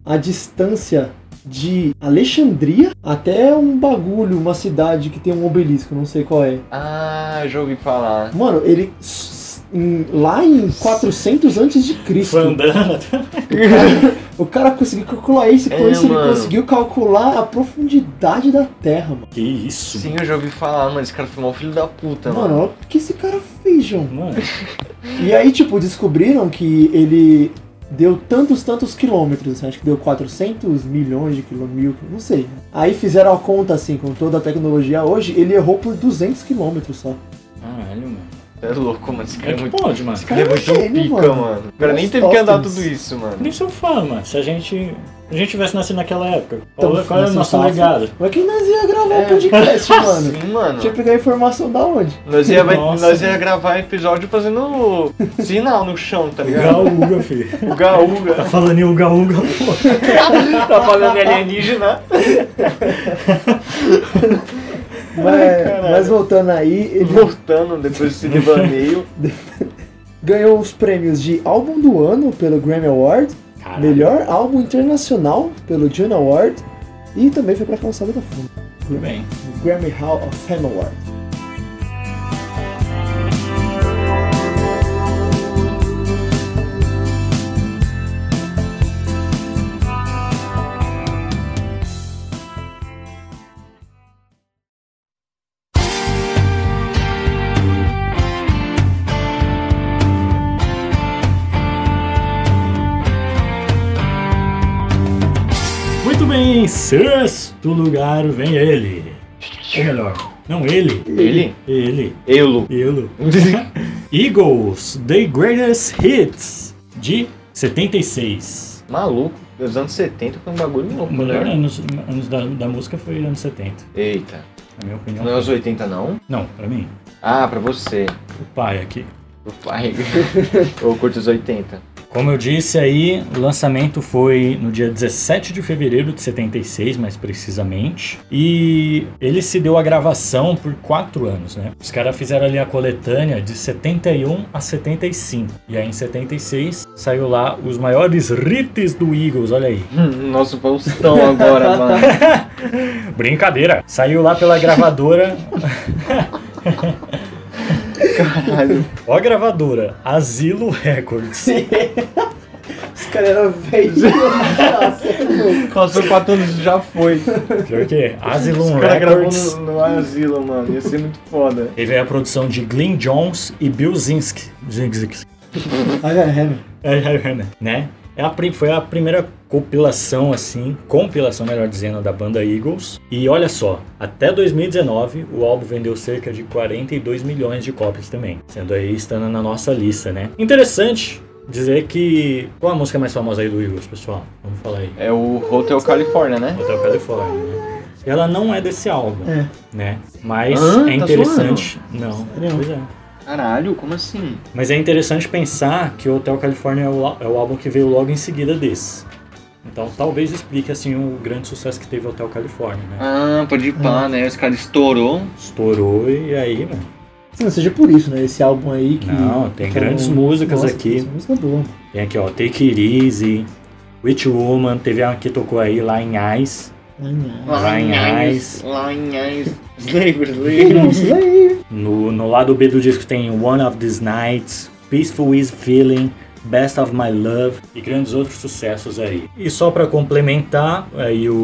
a distância de Alexandria até um bagulho, uma cidade que tem um obelisco, não sei qual é. Ah, já ouvi falar. Mano, ele s- em- lá em 400 antes de né? Cristo, Fandana. o cara conseguiu calcular isso, e com É, isso ele mano. conseguiu calcular a profundidade da Terra, mano. Que isso, Sim, eu já ouvi falar, mano. Esse cara foi mó filho da puta, Mano, mano. olha o que esse cara fez, João. mano. E aí, tipo, descobriram que ele deu tantos, tantos quilômetros, assim, acho que deu 400 milhões de quilômetros, mil, não sei. Aí fizeram a conta, assim, com toda a tecnologia hoje, ele errou por 200 quilômetros só. Caralho, mano. É louco, mano. Esse cara É é que muito. pode, mano. Esse cara é cara é um muito gênio, pica, mano. mano. O cara nem Os teve que andar Tostens. tudo isso, mano. Nem se eu falo, mano. Se a gente. a gente tivesse nascido naquela época, Então, qual, qual era o assim, nosso fácil. legado? Mas quem nós ia gravar o É. podcast, mano? Tipo, Sim, mano. Tinha que pegar informação da onde? Nós ia, vai- Nossa. nós ia gravar episódio fazendo sinal no chão, tá ligado? Gaúga, filho. O gaúga. Tá falando em Uga Uga, pô. tá falando alienígena. Mas, caralho. É, Uhum. mas voltando aí, ele Voltando depois desse devaneio. ganhou os prêmios de álbum do ano pelo Grammy Award, Caralho. melhor álbum internacional pelo Juno Award e também foi pra calçada da fama. Tudo bem. Grammy Hall of Fame Award. Muito bem, em sexto lugar vem ele. Ou melhor, não ele. Ele? Ele. Elo. Ele. Eagles, The Greatest Hits, de 76. Maluco. Dos anos 70 foi um bagulho louco, Melhor né? anos, anos da, da música foi anos 70, Eita. na minha opinião. Não é os 80, não? Não, pra mim, Ah, pra você. o pai aqui. O pai. Ou curto os 80. Como eu disse aí, o lançamento foi no dia 17 de fevereiro de 76, mais precisamente. E ele se deu a gravação por quatro anos, né? Os caras fizeram ali a coletânea de 71 a 75. E aí em 76 saiu lá os maiores hits do Eagles, olha aí. Hum, Nosso Faustão agora, mano. Brincadeira! Saiu lá pela gravadora. Caralho. Ó, a gravadora, Asilo Records. Esse cara era velho. Nossa, é louco. Passou 4 anos e já foi. Pior que Asylum Os caras gravou Records. no, no asilo, mano. Ia ser muito foda. Teve a produção de Glenn Jones e Bill Zinsk. Zinsk. Ah, é, é, né? É, é, é, né? né? É a, pri- foi a primeira compilação, assim, compilação, melhor dizendo, da banda Eagles. E olha só, até 2019 o álbum vendeu cerca de 42 milhões de cópias também, sendo aí estando na nossa lista, né? Interessante dizer que. Qual a música mais famosa aí do Eagles, pessoal? Vamos falar aí. É o Hotel California, né? Hotel California, né? Ela não é desse álbum, É. né? Mas Hã? é Tá interessante. não, Não. pois é. Caralho, como assim? Mas é interessante pensar que o Hotel California é o, lá- é o álbum que veio logo em seguida desse. Então talvez explique assim o grande sucesso que teve o Hotel California, né? Ah, pode ir pá, né? Os caras estourou. Estourou e aí, né? mano. Se não seja por isso, né? Esse álbum aí que. Não, tem Então, grandes músicas nossa, aqui. essa Música é boa. Tem aqui, ó, Take It Easy, Witch Woman, teve uma que tocou aí lá em Ice. Ai, ai. Lá em Ais. Lá em Ais. Slaver, Não, Slaver. isso daí. No, no lado B do disco tem One of These Nights, Peaceful Is Feeling, Best of My Love e grandes outros sucessos aí. E só para complementar, aí o,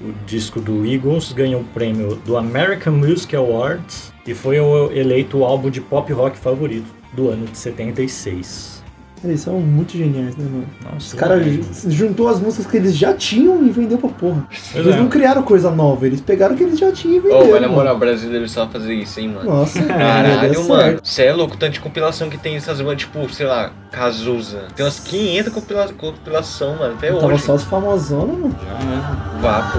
o disco do Eagles ganhou o prêmio do American Music Awards e foi o- eleito o álbum de pop rock favorito do ano de 76. Eles são muito geniais, né, mano? Nossa, Os caras velho. ju- juntou as músicas que eles já tinham e vendeu pra porra. Pois Eles é. não criaram coisa nova, eles pegaram o que eles já tinham e venderam. Ô, mas na mano. moral, brasileiro sabe fazer isso, hein, mano. Nossa, cara, deu Caralho, mano. certo. Cê é louco, tanto de compilação que tem essas bandas, tipo, sei lá, Cazuza. Tem umas 500 compila compilação, mano, até Tava hoje. só os famosonas, mano. Vapo.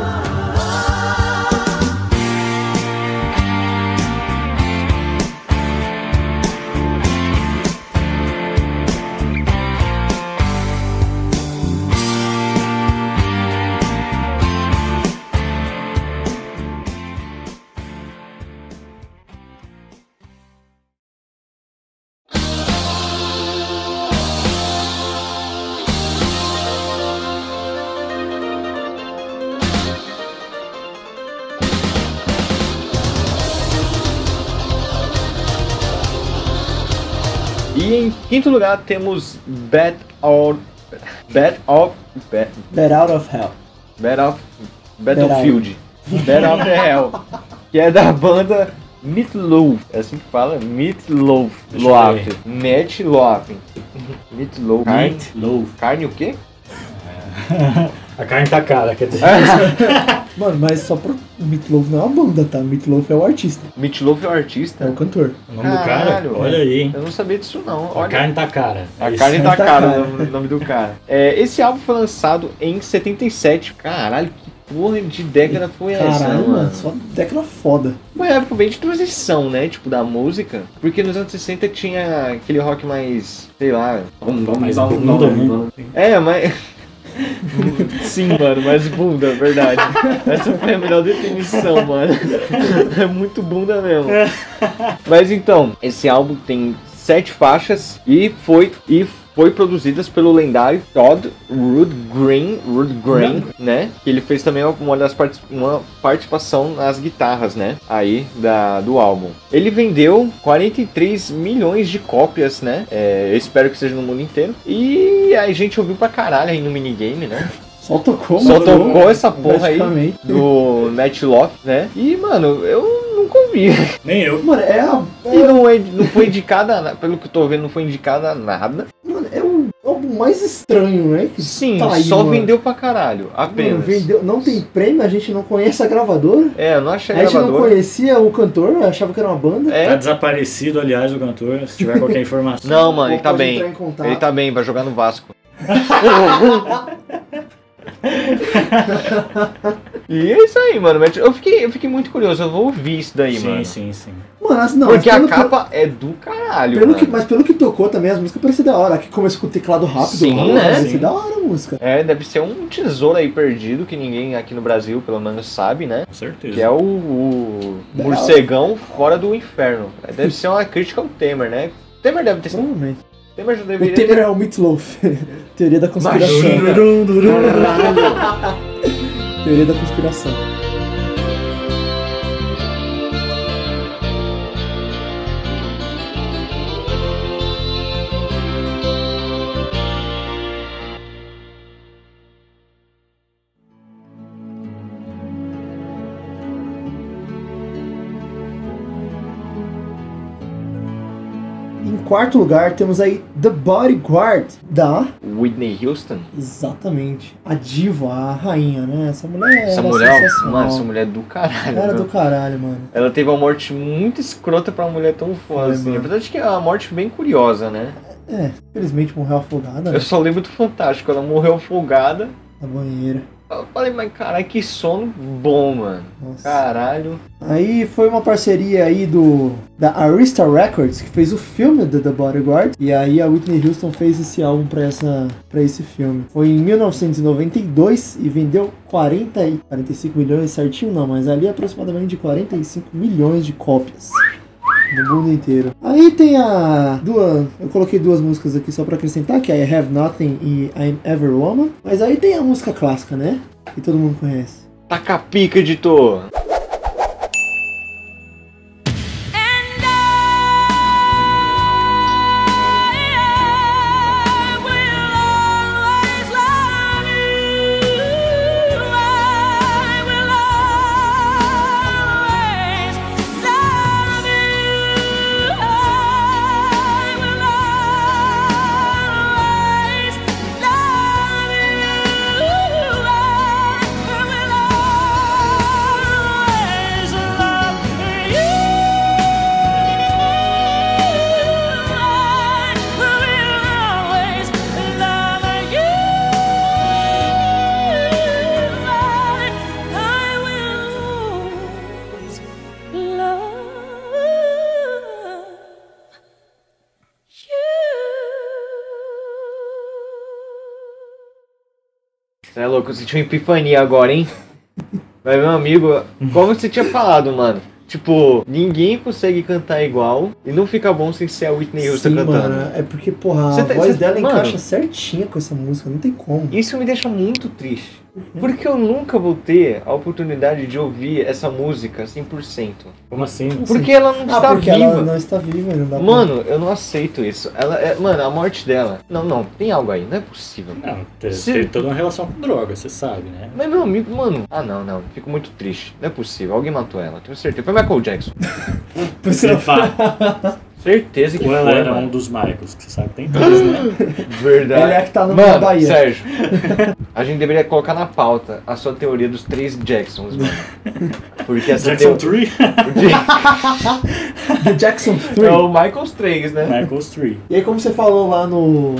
E em quinto lugar temos Bat of... Bat of... Bat, That Out of Hell. Bat of... Battlefield. Bat of the Hell. Que é da banda Meatloaf. É assim que fala? Meatloaf. Deixa eu Loaf. Matt Loaf. Meatloaf. Carne. Meat Loaf. Carne o quê? A carne tá cara, quer dizer. Mano, mas só pro. Meatloaf não é uma banda, tá? Meatloaf é o artista, Meatloaf é o é artista. o cantor. O nome do cara? Caralho, Olha velho. aí, hein? Eu não sabia disso não. A Olha. carne tá cara. A Isso. carne tá tá cara. cara, o nome do cara. É, esse álbum foi lançado em 77. Caralho, que porra de década foi essa, Caralho, É, mano? mano, só década foda. Uma época bem de transição, né? Tipo, da música. Porque nos anos 60 tinha aquele rock mais, sei lá. Mas bunda, né? É, mas. Sim, mano, mas bunda, verdade. Essa foi a melhor definição, mano. É muito bunda mesmo. Mas então, esse álbum tem sete faixas e foi e foi produzidas pelo lendário Todd Rudgreen, Rudgreen, né? Que ele fez também uma das parti- uma participação nas guitarras, né? Aí da do álbum. Ele vendeu 43 milhões de cópias, né? É, eu espero que seja no mundo inteiro. E a gente ouviu pra caralho aí no minigame, né? Só tocou, Só mano. tocou essa porra aí Praticamente. do Matlock, né? E mano, eu nunca ouvi. Nem eu. Mano, é a. E não, é, não foi indicada, a na- pelo que eu tô vendo, não foi indicada a nada. Mano, é o álbum mais estranho, né? Que Sim, tá aí, só mano. vendeu pra caralho, apenas. Mano, vendeu. Não tem prêmio, a gente não conhece a gravadora. É, eu não achei A gente não gravador. conhecia o cantor, achava que era uma banda. Tá É, desaparecido, aliás, o cantor. Se tiver qualquer informação. não, mano, ele tá Pode bem. entrar em contato. Ele tá bem, vai jogar no Vasco. e é isso aí, mano. mas Eu fiquei, eu fiquei muito curioso, eu vou ouvir isso daí, sim, mano. sim, sim. Mano, assim, não, mas É. Porque a pelo que- capa né? é do caralho, Pelo mano. que, mas pelo que tocou também, as músicas pareciam da hora. Que começou com o teclado rápido. Sim, mano, né? Parecia Sim. da hora a música. É, deve ser um tesouro aí perdido que ninguém aqui no Brasil, pelo menos, sabe, né? Com certeza. Que é o, o morcegão fora do inferno. Deve ser uma crítica ao Temer, né? Temer deve ter sido. Provavelmente. Temer já O deveria ter. Temer é o Meatloaf. Teoria da conspiração. Imagina. Teoria da conspiração. Em quarto lugar, temos aí The Bodyguard, da Whitney Houston. Exatamente. A diva, a rainha, né? Essa mulher Essa era mulher, um- sensacional. mano, essa mulher é do caralho. Era meu. do caralho, mano. Ela teve uma morte muito escrota pra uma mulher tão foda Foi, assim. mano. Apesar de que é uma morte bem curiosa, né? Infelizmente morreu afogada né? Eu só lembro do Fantástico. Ela morreu afogada. na banheira. Eu falei, mas caralho, que sono bom, mano. Nossa. Caralho. Aí foi uma parceria aí do da Arista Records, que fez o filme do The Bodyguard, e aí a Whitney Houston fez esse álbum pra essa para esse filme. Foi em 1992 e vendeu 40 e 45 milhões certinho, não, mas ali é aproximadamente de 45 milhões de cópias. No mundo inteiro. Aí tem a. Duas, eu coloquei duas músicas aqui só pra acrescentar, que é I Have Nothing e I'm Ever Woman. Mas aí tem a música clássica, né? Que todo mundo conhece. Taca a pica, editor. I will always maluco, eu senti uma epifania agora, hein? Mas meu amigo, como você tinha falado, mano? Tipo, ninguém consegue cantar igual e não fica bom sem ser a Whitney Houston Sim, cantando. mano, é porque, porra, a Cê tá- voz cê- dela mano. encaixa certinha com essa música, não tem como. Isso me deixa muito triste. Uhum. Porque eu nunca vou ter a oportunidade de ouvir essa música 100%. Como assim? Porque ela não Ah, está porque viva. ela não está viva, não dá pra- Mano, eu não aceito isso. Ela é- Mano, a morte dela. Não, não, tem algo aí, não é possível. Não, tem, Sim. tem toda uma relação com droga, você sabe, né? Mas meu amigo, mano. Ah não, não. Fico muito triste. Não é possível. Alguém matou ela, tenho certeza. Foi Michael Jackson. Por isso Você ela- fala, Certeza que ou ela foi, era um mano. dos Michaels, que você sabe, tem todos, né? Verdade. Ela é a que tá no- na mano, Bahia. Sérgio, a gente deveria colocar na pauta a sua teoria dos três Jacksons, mano. Porque essa Jackson teoria. 3, The Jackson 3. É o Michael's 3, né? Michaels 3. E aí, como você falou lá no,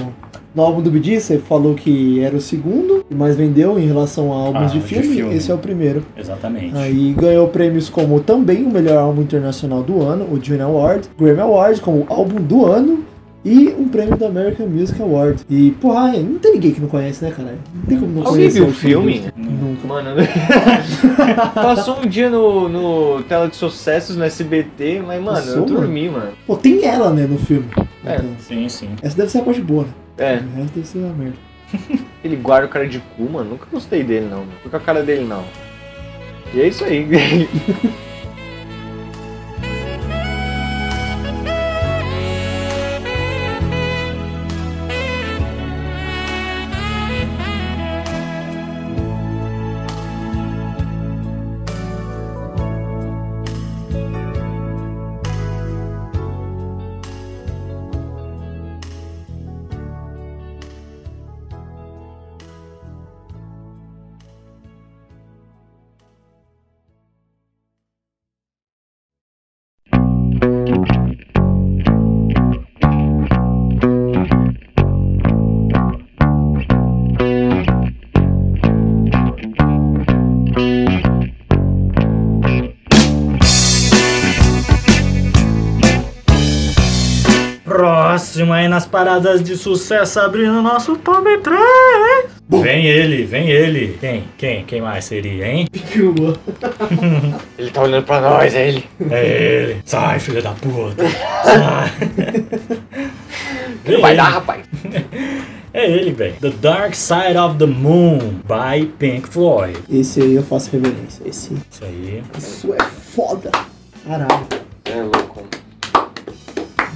no álbum do BD, você falou que era o segundo que mais vendeu em relação a álbuns Ah, de, de filme, filme. esse é o primeiro. Exatamente. Aí ganhou prêmios como também o melhor álbum internacional do ano, o Juno Award, Grammy Award como álbum do ano e um prêmio do American Music Award. E, porra, é, não tem ninguém que não conhece, né, cara? Não tem como não é Alguém conhecer. viu o esse filme? disco. Nunca. Mano, passou um dia no, no tela de sucessos no SBT, mas mano, Passou, eu dormi, mano. Pô, tem ela, né, no filme. É. Então, Sim, sim. essa deve ser a parte boa, né? É, O resto deve ser uma merda. ele guarda o cara de cu, mano. Nunca gostei dele, não. Não Fica com a cara dele, não. E é isso aí. Próximo aí nas paradas de sucesso, abrindo nosso top 3. Vem ele, vem ele. Quem? Quem? Quem mais seria, hein? ele tá olhando pra nós, é ele. É ele. Sai, filho da puta. Sai. É Vai ele. dar, rapaz. É ele, velho. The Dark Side of the Moon, by Pink Floyd. Esse aí eu faço reverência. Esse, Isso aí. isso é foda. Caralho, É louco. né?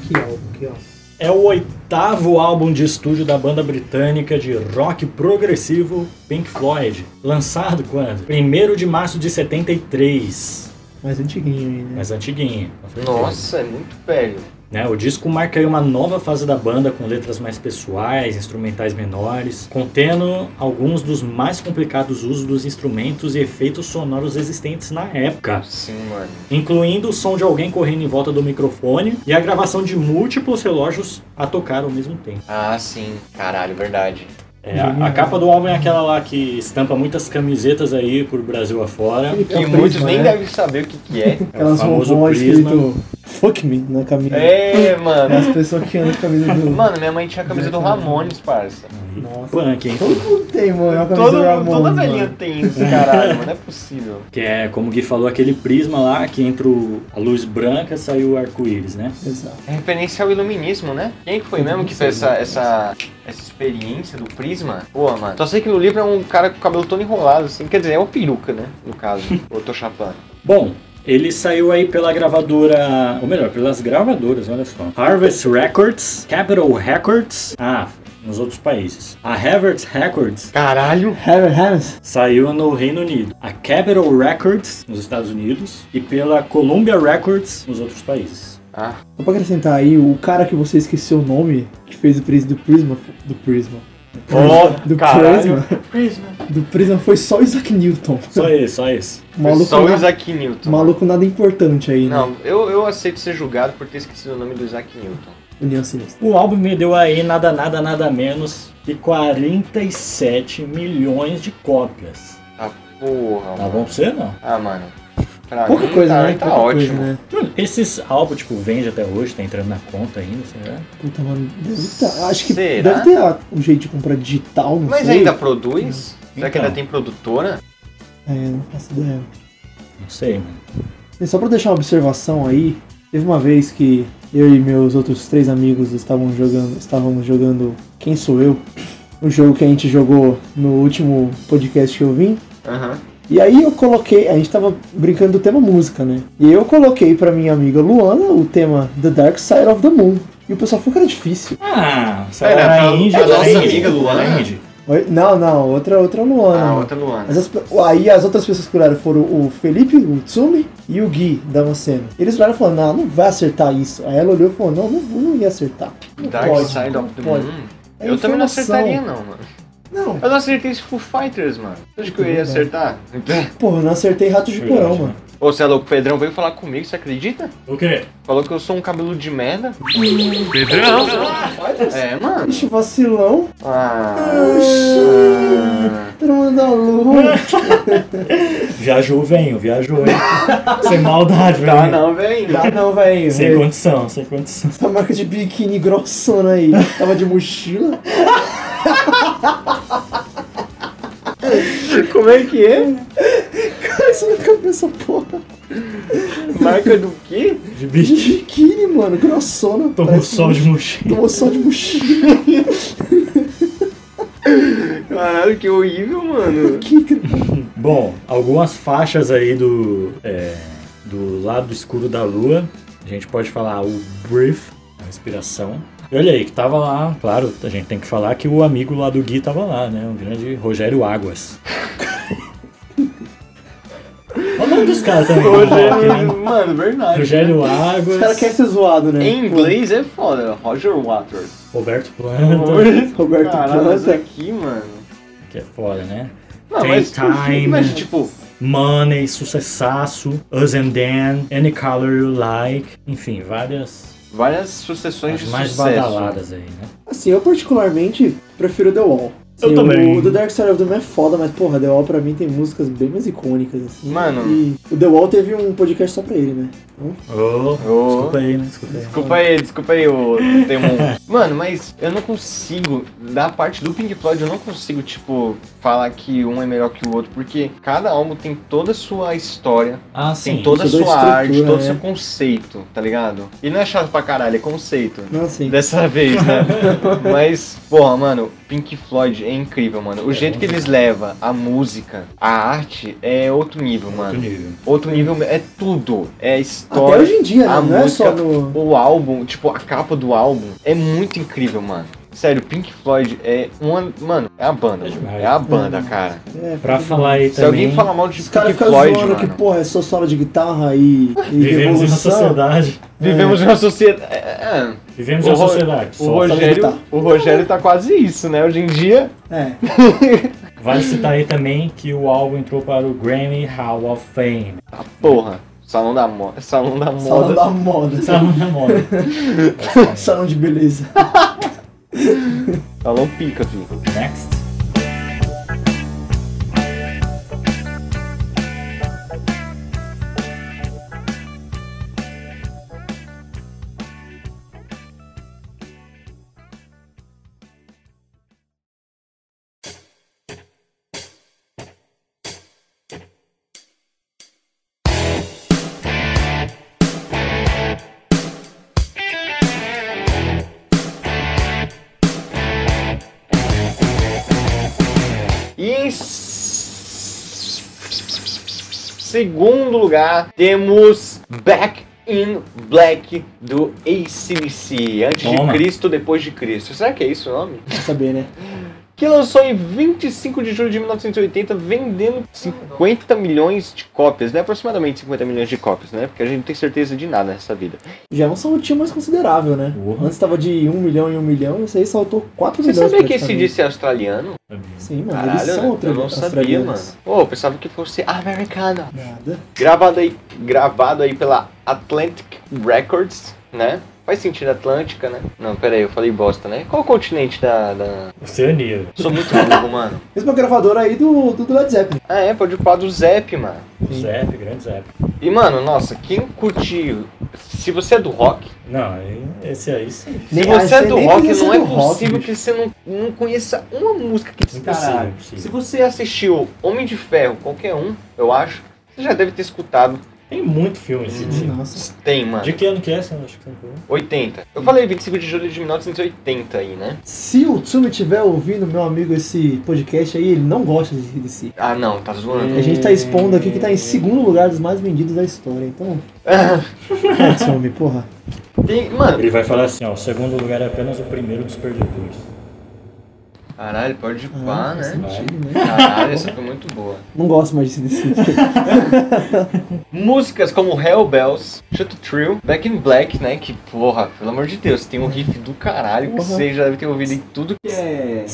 que álbum, que álbum. É o oitavo álbum de estúdio da banda britânica de rock progressivo Pink Floyd. Lançado quando? 1 de março de 73. Mais antiguinho aí, né? Mas antiguinho. com certeza. Nossa, é muito velho. Né, O disco marca aí uma nova fase da banda com letras mais pessoais, instrumentais menores, contendo alguns dos mais complicados usos dos instrumentos e efeitos sonoros existentes na época Sim, mano. incluindo o som de alguém correndo em volta do microfone e a gravação de múltiplos relógios a tocar ao mesmo tempo. Ah, sim. Caralho, verdade. É, a, a capa do álbum é aquela lá que estampa muitas camisetas aí por Brasil afora. Ele E tem um É, muitos prisma, nem né? devem saber o que que é. Elas É o vão famoso vão prisma. escrito Fuck me na camisa. é, mano. As pessoas que andam com a camisa do. Mano, minha mãe tinha a camisa do Ramones, parça. Nossa. Punk, hein? Todo mundo tem, mano. É uma camisa Todo, do Ramones, toda mano. velhinha tem isso, caralho, mano. Não é possível. Que é, como o Gui falou, aquele prisma lá que entre o- a luz branca saiu o arco-íris, né? Exato. É referência ao iluminismo, né? Quem que foi mesmo que fez essa, essa, essa experiência do prisma? Pô, mano. Só sei que no livro é um cara com o cabelo todo enrolado, assim. Quer dizer, é uma peruca, né? No caso. Ou tô chapando. Bom, ele saiu aí pela gravadora, ou melhor, pelas gravadoras, olha só. Harvest Records, Capitol Records, ah, nos outros países. A Harvard Records Caralho! Harry Harris. Saiu no Reino Unido, a Capitol Records nos Estados Unidos e pela Columbia Records nos outros países. Ah, Só pra acrescentar aí, o cara que você esqueceu o nome, que fez o prisma do Prisma. Do Prisma. Oh, do caralho. Prisma. Do Prisma foi só o Isaac Newton. Só esse, só esse. Maluco, né? só o na- Isaac Newton. Maluco nada importante aí, né? Não, eu, eu aceito ser julgado por ter esquecido o nome do Isaac Newton. União Sinistra. O álbum me deu aí nada, nada, nada menos que 47 milhões de cópias. Ah, porra, Tá mano. bom pra você, não? Ah, mano. Pra Pouca mim, coisa, tá, né? tá Pouca coisa, ótimo. né? Mano, Hum, esses álbuns, tipo, vende até hoje, tá entrando na conta ainda, será? Puta, mano. Deve tá- Acho que Será? deve ter ah, um jeito de comprar digital, não Mas sei. ainda produz? Será que Então. ainda tem produtora? É, não faço ideia. Não sei, mano. E só pra deixar uma observação aí, teve uma vez que eu e meus outros três amigos estavam jogando, estávamos jogando Quem Sou Eu, o jogo que a gente jogou no último podcast que eu vim. Aham. E aí eu coloquei, a gente tava brincando do tema música, né? E eu coloquei pra minha amiga Luana o tema The Dark Side of the Moon. E o pessoal falou que era difícil. Ah, essa Era era pra- a Indy, pra da tá nossa Indy, amiga Luana. da Indy. Oi? Não, não, outra, outra Luana. Ah, mano. outra Luana. Mas é as pe- aí as outras pessoas que olharam foram o Felipe, o Tsumi e o Gui da Mancena. Eles olharam e falaram, não, não vai acertar isso. Aí ela olhou e falou, não, não, vou- não ia acertar. Não Dark pode, Side of the pode. Moon. É eu também não informação. acertaria, não, mano. Não, Eu não acertei esse Foo Fighters, mano. Você acha que eu ia acertar? porra, eu não acertei rato de Verdade, porão, né? mano. Ô, você é louco, o Pedrão veio falar comigo, você acredita? O quê? Falou que eu sou um cabelo de merda. É, mano. Ixi, vacilão. Ah. Oxi. Todo mundo da lua. Viajou, venho, viajou, hein? sem maldade, velho. Tá não, velho. Ah, não, velho. Sem condição, sem condição. Essa Tá marca de biquíni grossona aí. Tava de mochila. Como é que é? Isso na cabeça, porra. Marca do quê? De De bicho. biquíni, mano. Grossona. Tá Tomou Parece- sol de mochila. Tomou sol de mochila. Caralho, que horrível, mano. Que gra- Bom, algumas faixas aí do. é, do lado escuro da lua. A gente pode falar o Brief, a respiração. E olha aí, que tava lá, claro, a gente tem que falar que o amigo lá do Gui tava lá, né? O grande Rogério Águas. Olha É o nome dos caras também. né? Rogério, mano, verdade. Rogério Águas. Os caras querem ser zoado, né? Em inglês é foda, Roger Waters. Roberto Planta, Roberto Roberto Caralho, Planta. aqui, mano. que é foda, né? Não, Tem mas, time. mas tipo, Money, Sucessaço, Us and Then, Any Color You Like, enfim, várias várias sucessões as de mais sucesso. badaladas aí, né? Assim, eu particularmente prefiro The Wall. Eu Assim, também. O The Dark Side of the Moon é foda, mas porra, The Wall pra mim tem músicas bem mais icônicas, assim. Mano. E o The Wall teve um podcast só pra ele, né? Então, Ô, Ô. desculpa aí, né? Desculpa aí. Desculpa aí, desculpa aí, o Demon. Mano, mas eu não consigo, da parte do Pink Floyd, eu não consigo, tipo, falar que um é melhor que o outro, porque cada álbum tem toda a sua história, Ah, tem sim. toda a toda a sua arte, estrutura, todo o é. seu conceito, tá ligado? E não é chato pra caralho, é conceito. não assim. Dessa vez, né? Mas, porra, mano, Pink Floyd é incrível, mano. O jeito que eles levam a música, a arte, é outro nível, Outro mano. nível. Outro nível é tudo. É Até história, hoje em dia, né? a Não é música, só no. o álbum, tipo, a capa do álbum é muito incrível, mano. Sério, Pink Floyd é uma. Mano, é a banda. É mano. demais. É a banda, cara. É, Pra porque- falar aí Se também, alguém falar mal de Os caras Pink ficam Floyd, zoando que, mano, porra, é só solo de guitarra e, e vivemos em uma revolução. sociedade. vivemos em uma sociedade. é, é. Vivemos O em uma Ro- sociedade. O só. Rogério, tá. o Rogério tá quase isso, né? Hoje em dia. É, Vale citar aí também que o álbum entrou para o Grammy Hall of Fame. Porra, salão da moda. Salão da moda. salão da moda. Salão da moda. Salão de beleza. Salão pica, filho. Next. E em s- segundo lugar, temos Back in Black do ACDC. Antes Toma. de Cristo, depois de Cristo. Será que é isso o nome? Quer saber, né? Que lançou em 25 de julho de 1980, vendendo 50 milhões de cópias, né? Aproximadamente 50 milhões de cópias, né? Porque a gente não tem certeza de nada nessa vida. Já é um saltinho mais considerável, né? Porra. Antes tava de 1 milhão em 1 milhão, isso aí saltou 4 Você milhões. sabia que esse praticamente. disse é australiano? Sim, mano, Caralho, eles são outra eu não sabia, mano. Pô, eu pensava que fosse americano. Nada. Gravado aí, gravado aí pela Atlantic Records, né? Faz sentido Atlântica, né? Não, pera aí, eu falei bosta, né? Qual o continente da. da... Oceania. Sou muito maluco, mano. Mesma gravadora aí do, do, do Led Zeppelin. Ah, é, pode falar do Zep, mano. Zep, grande Zep. E, mano, nossa, quem curtiu. Se você é do rock, Não, aí- esse aí sim. se Nem- ah, você isso é aí do nem rock, podia ser não é do rock, possível bicho. que você não, não conheça uma música que você Caralho, possível. possível. Se você assistiu Homem de Ferro, qualquer um, eu acho, você já deve ter escutado. Tem muito filme assim. Nossa. Tem, mano. De que ano que é, você acha que tem 80. Eu falei 25 de julho de 1980 aí, né? Se o Tsumi estiver ouvindo, meu amigo, esse podcast aí, ele não gosta de, de si. Ah, não, tá zoando. A gente tá expondo aqui que tá em segundo lugar dos mais vendidos da história, então. É, Tsumi, porra. Tem, mano. Ele vai falar assim, ó, o segundo lugar é apenas o primeiro dos perdedores. Caralho, pode ir Ah, pá, faz né? sentido, né? Caralho, essa foi muito boa. Não gosto mais de CDC. Músicas como Hell Bells, Shut Trill, Back in Black, né? Que porra, pelo amor de Deus, tem um riff do caralho que Porra. você já deve ter ouvido em tudo que é.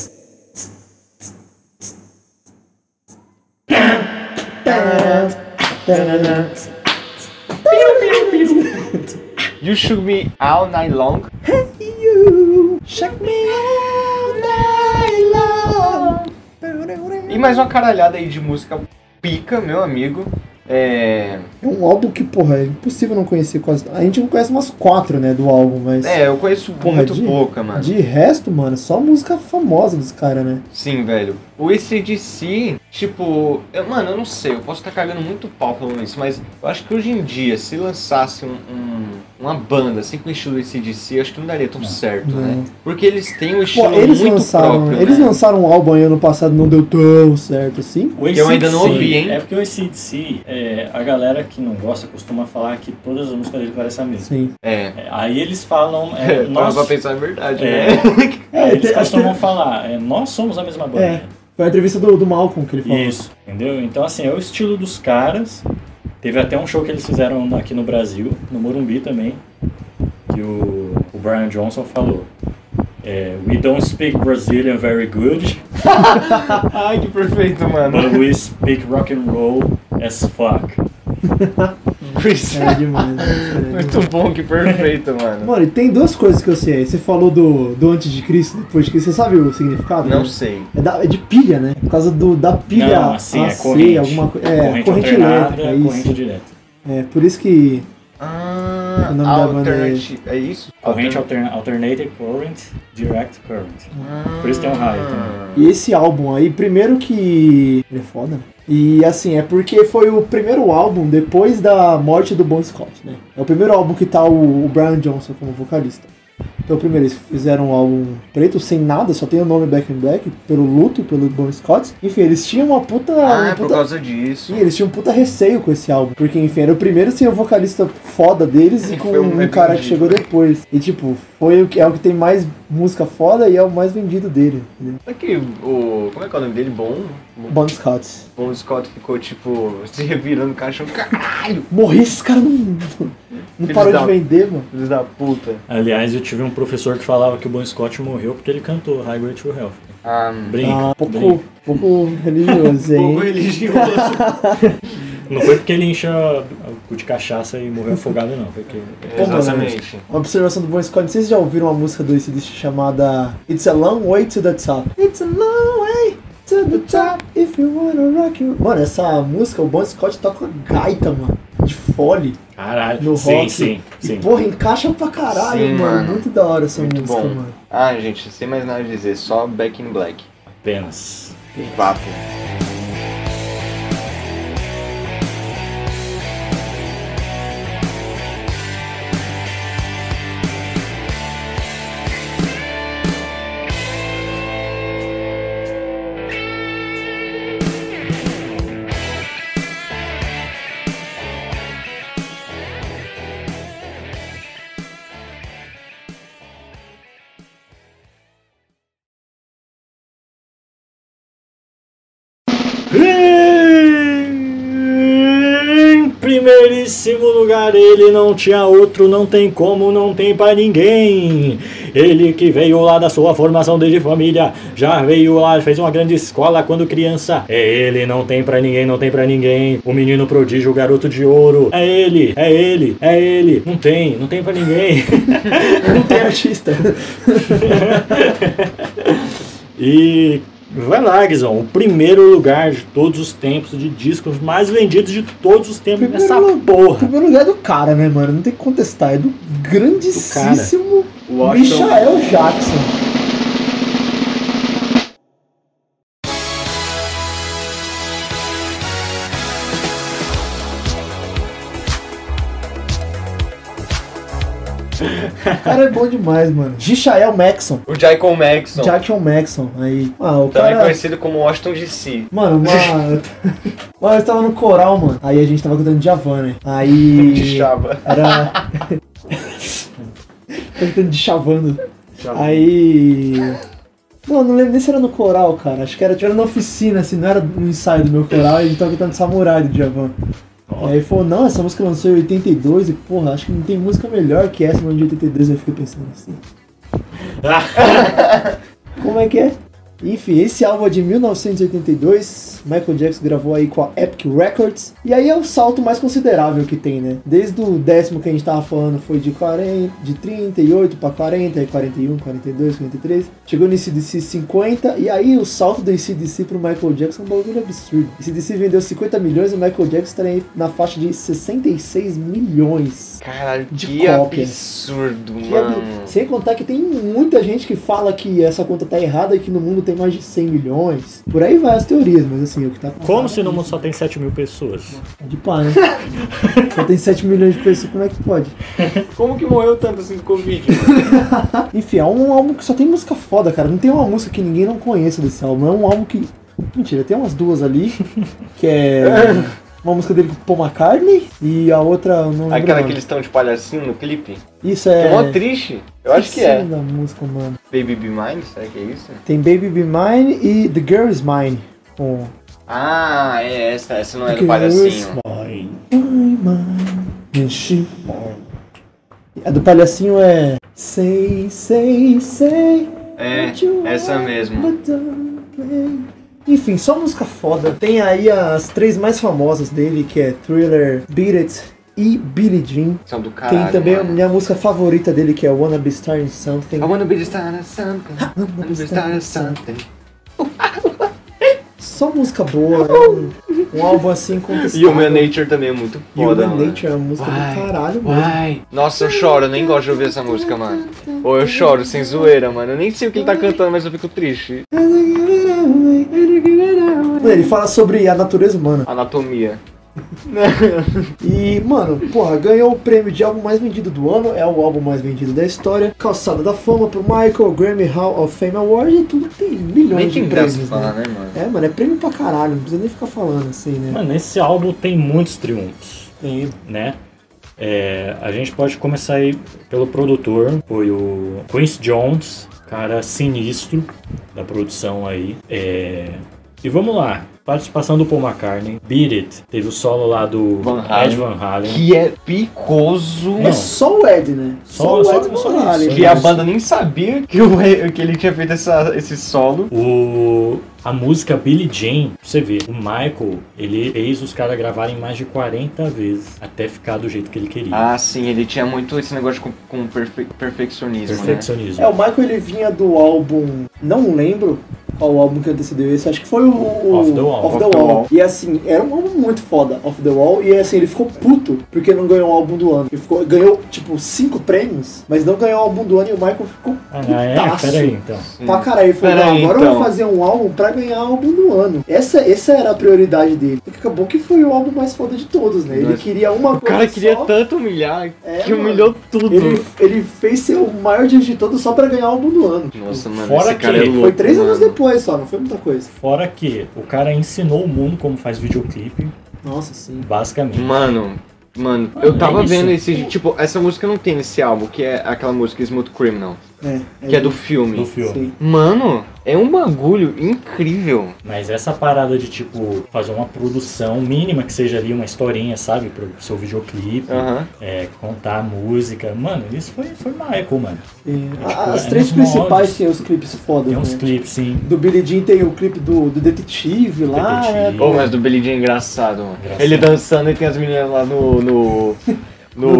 You Should Be All Night Long. E mais uma caralhada aí de música pica, meu amigo. É. É um álbum que, porra, é impossível não conhecer quase. A gente não conhece umas quatro, né, do álbum, mas. É, eu conheço Porra, muito de- pouca, mano. De resto, mano, só música famosa dos caras, né? Sim, velho. O ACDC, tipo, eu- mano, eu não sei, eu posso estar cagando muito pau falando isso, mas eu acho que hoje em dia, se lançasse um- um- uma banda assim com o estilo ACDC, eu acho que não daria tão certo, né? Porque eles têm um Pô, estilo eles muito lançaram, próprio. eles né? lançaram um álbum aí ano passado, não deu tão certo assim. O Eu ainda não AC/DC, ouvi, hein? É porque o ACDC, é, a galera que não gosta costuma falar que todas as músicas dele parecem a mesma. Sim. É. É, aí eles falam, é, É, nós, pra pensar a verdade, É. né? aí É, eles te- costumam falar, é, nós somos a mesma banda. É. Foi a entrevista do, do Malcolm que ele falou. Isso, entendeu? Então, assim, é o estilo dos caras. Teve até um show que eles fizeram aqui no Brasil, no Morumbi também, que o, o Brian Johnson falou. É, We don't speak Brazilian very good, Ai, que perfeito, mano. but we speak rock and roll as fuck. É demais. né? É demais. Muito bom, que perfeito, mano. Mano, e tem duas coisas que eu sei aí. Você falou do, do antes de Cristo, depois de Cristo. Você sabe o significado? Não né? sei. É, da- é de pilha, né? Por causa do, da pilha Não, assim, é AC, corrente. alguma coisa. É, corrente, alternada, elétrica, isso. corrente direta. É, por isso que. Ah, O nome da banda é- alternative. É isso? Corrente alterna alternative current, direct current. Por isso tem um raio também. E esse álbum aí, primeiro que. Ele é foda. né? E assim, é porque foi o primeiro álbum depois da morte do Bon Scott, né? É o primeiro álbum que tá o, o Brian Johnson como vocalista. Então, primeiro, eles fizeram um álbum preto, sem nada, só tem o nome Back in Black, pelo luto, pelo Bon Scott. Enfim, eles tinham uma puta. Ah, uma é por puta causa disso. Sim, eles tinham um puta receio com esse álbum. Porque, enfim, era o primeiro sem o vocalista foda deles e E com foi um um, revendido, cara que chegou né? depois. E, tipo, foi o que, é o que tem mais música foda e é o mais vendido dele. Né? Será que o. Como é que é o nome dele? Bom? Bon Scott. Bom um Scott ficou tipo se revirando no caixão. Caralho! Morri, esses caras não, não Filhos parou da- de vender, mano. Filhos da puta. Aliás, eu tive um professor que falava que o Bon Scott morreu porque ele cantou Highway to Hell. Ah, Brinca, Ah, brinca. pouco, pouco religioso, hein? pouco religioso. Não foi porque ele encheu o cu de cachaça e morreu afogado, não. Foi porque... É, né? Exatamente. Uma observação do Bon Scott, vocês já ouviram uma música do ACDC chamada It's a Long Way to the Top? It's a long way to the top if you wanna rock you. Mano, essa música, o Bon Scott toca gaita, mano, de fole. Caralho. No sim, rock. sim, sim. E porra, encaixa pra caralho, Sim, mano. mano. Muito da hora essa Muito música, bom. mano. Ah, gente, sem mais nada a dizer, só Back in Black. Apenas. Vapo. Em primeiríssimo lugar, ele não tinha outro, não tem como, não tem pra ninguém. Ele que veio lá da sua formação desde família, já veio lá, fez uma grande escola quando criança. É ele, não tem pra ninguém, não tem pra ninguém. O menino prodígio, o garoto de ouro. É ele, é ele, é ele. Não tem, não tem pra ninguém. Não tem artista. E vai lá, Guizão, o primeiro lugar de todos os tempos de discos mais vendidos de todos os tempos Primeiro nessa lu- porra. primeiro lugar é do cara, né, mano? Não tem que contestar. É do grandíssimo Washington. Michael Jackson. O cara é bom demais, mano. Michael Maxon. O Jackon Maxon, Jackson Maxon. Aí. Ah, o também cara. conhecido como Washington DC. Mano, uma... Mano, eu tava no coral, mano. Aí a gente tava cantando Djavan, né? Aí... De Chava. Era... tava cantando de chavando. Aí... Mano, não lembro nem se era no coral, cara. Acho que era, tipo, era na oficina, assim. Não era no ensaio do meu coral. E a gente tava cantando Samurai do Djavan. Aí ele falou, não, essa música lançou em 82 e, porra, acho que não tem música melhor que essa, mano, de 82. Eu fiquei pensando assim... Como é que é? Enfim, esse álbum é de 1982, Michael Jackson gravou aí com a Epic Records, e aí é o salto mais considerável que tem, né? Desde o décimo que a gente tava falando foi de 40, de 38 pra 40, aí 41, 42, 43, chegou no ICDC 50, e aí o salto do ICDC pro Michael Jackson é um bagulho absurdo. ICDC vendeu 50 milhões e o Michael Jackson tá aí na faixa de 66 milhões. Caralho, De que cópia. absurdo, Que mano. abri- é Sem contar que tem muita gente que fala que essa conta tá errada e que no mundo tem mais de 100 milhões. Por aí vai as teorias, mas assim, o que tá Como se no mundo só tem 7 mil pessoas? É De pá, né? Só tem 7 milhões de pessoas, como é que pode? Como que morreu tanto assim do Covid? Enfim, é um álbum que só tem música foda, cara. Não tem uma música que ninguém não conheça desse álbum. É um álbum que. Mentira, tem umas duas ali, que é. Uma música dele com o Paul McCartney e a outra. eu Não lembro o Aquela que nome. eles estão de palhacinho no clipe? Isso É, é. mó triste. Eu acho que Esqueci é. o nome Da música, mano. Baby Be Mine, será que é isso? Tem Baby Be Mine e The Girl Is Mine. Com Ah, é essa. Essa não é do Girl is palhacinho. Ai, Enchi. A do palhacinho é. Sei, sei, sei. É, what you essa want, mesmo. but don't play. Enfim, só música foda. Tem aí as três mais famosas dele, que é Thriller, Beat It e Billie Jean. São do Tem caralho. também a mano. minha música favorita dele, que é Wanna Be Starting Something. I wanna be the star of something. Wanna Wanna be the star of something. Só música boa, é um, um álbum assim contestado. Human Nature também é muito foda, Human mano. Nature é uma música Why? do caralho, mano. Uai. Nossa, eu choro, eu nem gosto de ouvir essa música, mano. Ou eu choro, sem zoeira, mano. Eu nem sei o que ele tá cantando, mas eu fico triste. Mano, ele fala sobre a natureza humana. Anatomia. E, mano, porra, ganhou o prêmio de álbum mais vendido do ano, é o álbum mais vendido da história. Calçada da Fama pro Michael, Grammy Hall of Fame Award e tudo tem milhões Nem de tem graça pra prêmios, falar, né? né, mano? É, mano, é prêmio pra caralho, não precisa nem ficar falando assim, né? Mano, esse álbum tem muitos triunfos, Tem né? É, a gente pode começar aí pelo produtor, foi o Quincy Jones, cara sinistro da produção aí. É, e vamos lá, participação do Paul McCartney, Beat It, teve o solo lá do Van Halen. Ed Van Halen. Que é picoso. É só o Ed, né? Só- Só, só- o Ed né? só só, isso, Que a banda nem sabia que, o, que ele tinha feito essa- esse solo. O, a música Billie Jean, pra você ver, o Michael, ele fez os caras gravarem mais de 40 vezes até ficar do jeito que ele queria. Ah, sim, ele tinha muito esse negócio com, com perfe- perfeccionismo, né? Perfeccionismo. É, o Michael ele vinha do álbum, não lembro qual álbum que antecedeu esse, acho que foi o, o Off the Wall. Off the Off the Wall. Wall. E assim, era um álbum muito foda, Off the Wall, e assim, ele ficou puto porque não ganhou o álbum do ano. Ele ficou, ganhou, tipo, cinco prêmios, mas não ganhou o álbum do ano e o Michael ficou Ah, é? putaço. Peraí, então. né? Pra caralho, ele falou, Pera não, aí, agora eu então. vou fazer um álbum pra ganhar o álbum do ano. Essa, essa era a prioridade dele. Porque acabou que foi o álbum mais foda de todos, né? Ele Nossa. queria uma O cara coisa queria só, tanto humilhar É, que mano. humilhou tudo. ele, ele fez ser o maior dia de todos só pra ganhar o álbum do ano. Nossa, mano, Fora esse cara que- é louco. Foi três anos mano. depois só, não foi muita coisa. Fora que o cara ensinou o mundo como faz videoclipe, Nossa, sim. Hum. basicamente. Mano, mano, Ah, eu tava é isso. vendo esse. Tipo, essa música não tem nesse álbum, que é aquela música Smooth Criminal. É, que é do isso, filme. Uhum. do filme. sim. Mano, é um bagulho incrível. Mas essa parada de, tipo, fazer uma produção mínima que seja ali uma historinha, sabe? Pro seu videoclipe, Aham. é, contar música. Mano, isso foi, foi Michael, mano. Sim. Tipo, A- As é três nos principais moldes. têm os clipes fodas, Tem uns né? clipes, sim. Do Billy Jean tem o clipe do, do detetive lá, Detetive. Pô, mas do Billy Jean é engraçado, mano. Engraçado. Ele dançando e tem as meninas lá no. no. No, no-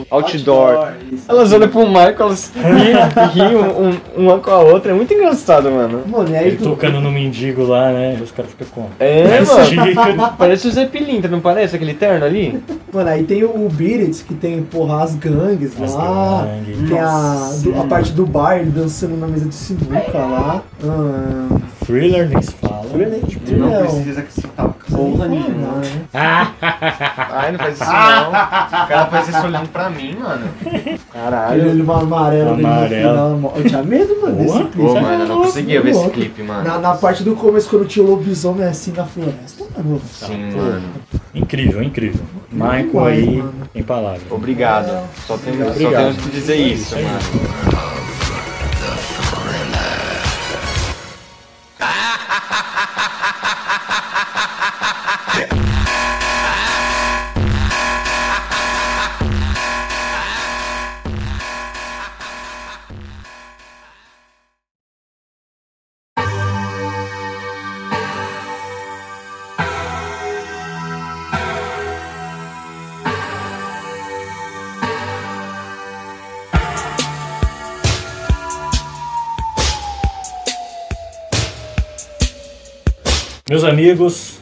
no- outdoor. isso. Elas olham pro Michael, elas riem, riem um- um- uma com a outra. É muito engraçado, mano. Mano, e aí Ele tu... tocando no mendigo lá, né? E os caras ficam como? É, mano. Dica. Parece o Zé Pilintra, não parece? Aquele terno ali? Mano, aí tem o Beat It, que tem, porra, as gangues As lá. gangues. Tem a, do- a parte do bar, ele dançando na mesa de sinuca lá. Ah, Thriller nem se fala. Thriller, Não. Não. tá acrescentar porra nenhuma, né? Ai, não faz isso não. O cara faz isso olhando pra mim, mano. Aquele Caralho. olho amarelo dele no Amarelo. final. mano. Eu tinha medo, mano, desse Boa. clipe. Pô, mano, eu não é conseguia ver esse Louco. clipe, mano. Na, na parte do começo, quando tinha o lobisomem assim na floresta, mano. Tá. Sim, mano. Incrível, incrível. Michael demais, aí, mano. em palavras. Obrigado. Só temos, só Obrigado. temos que dizer isso, mano. Meus amigos,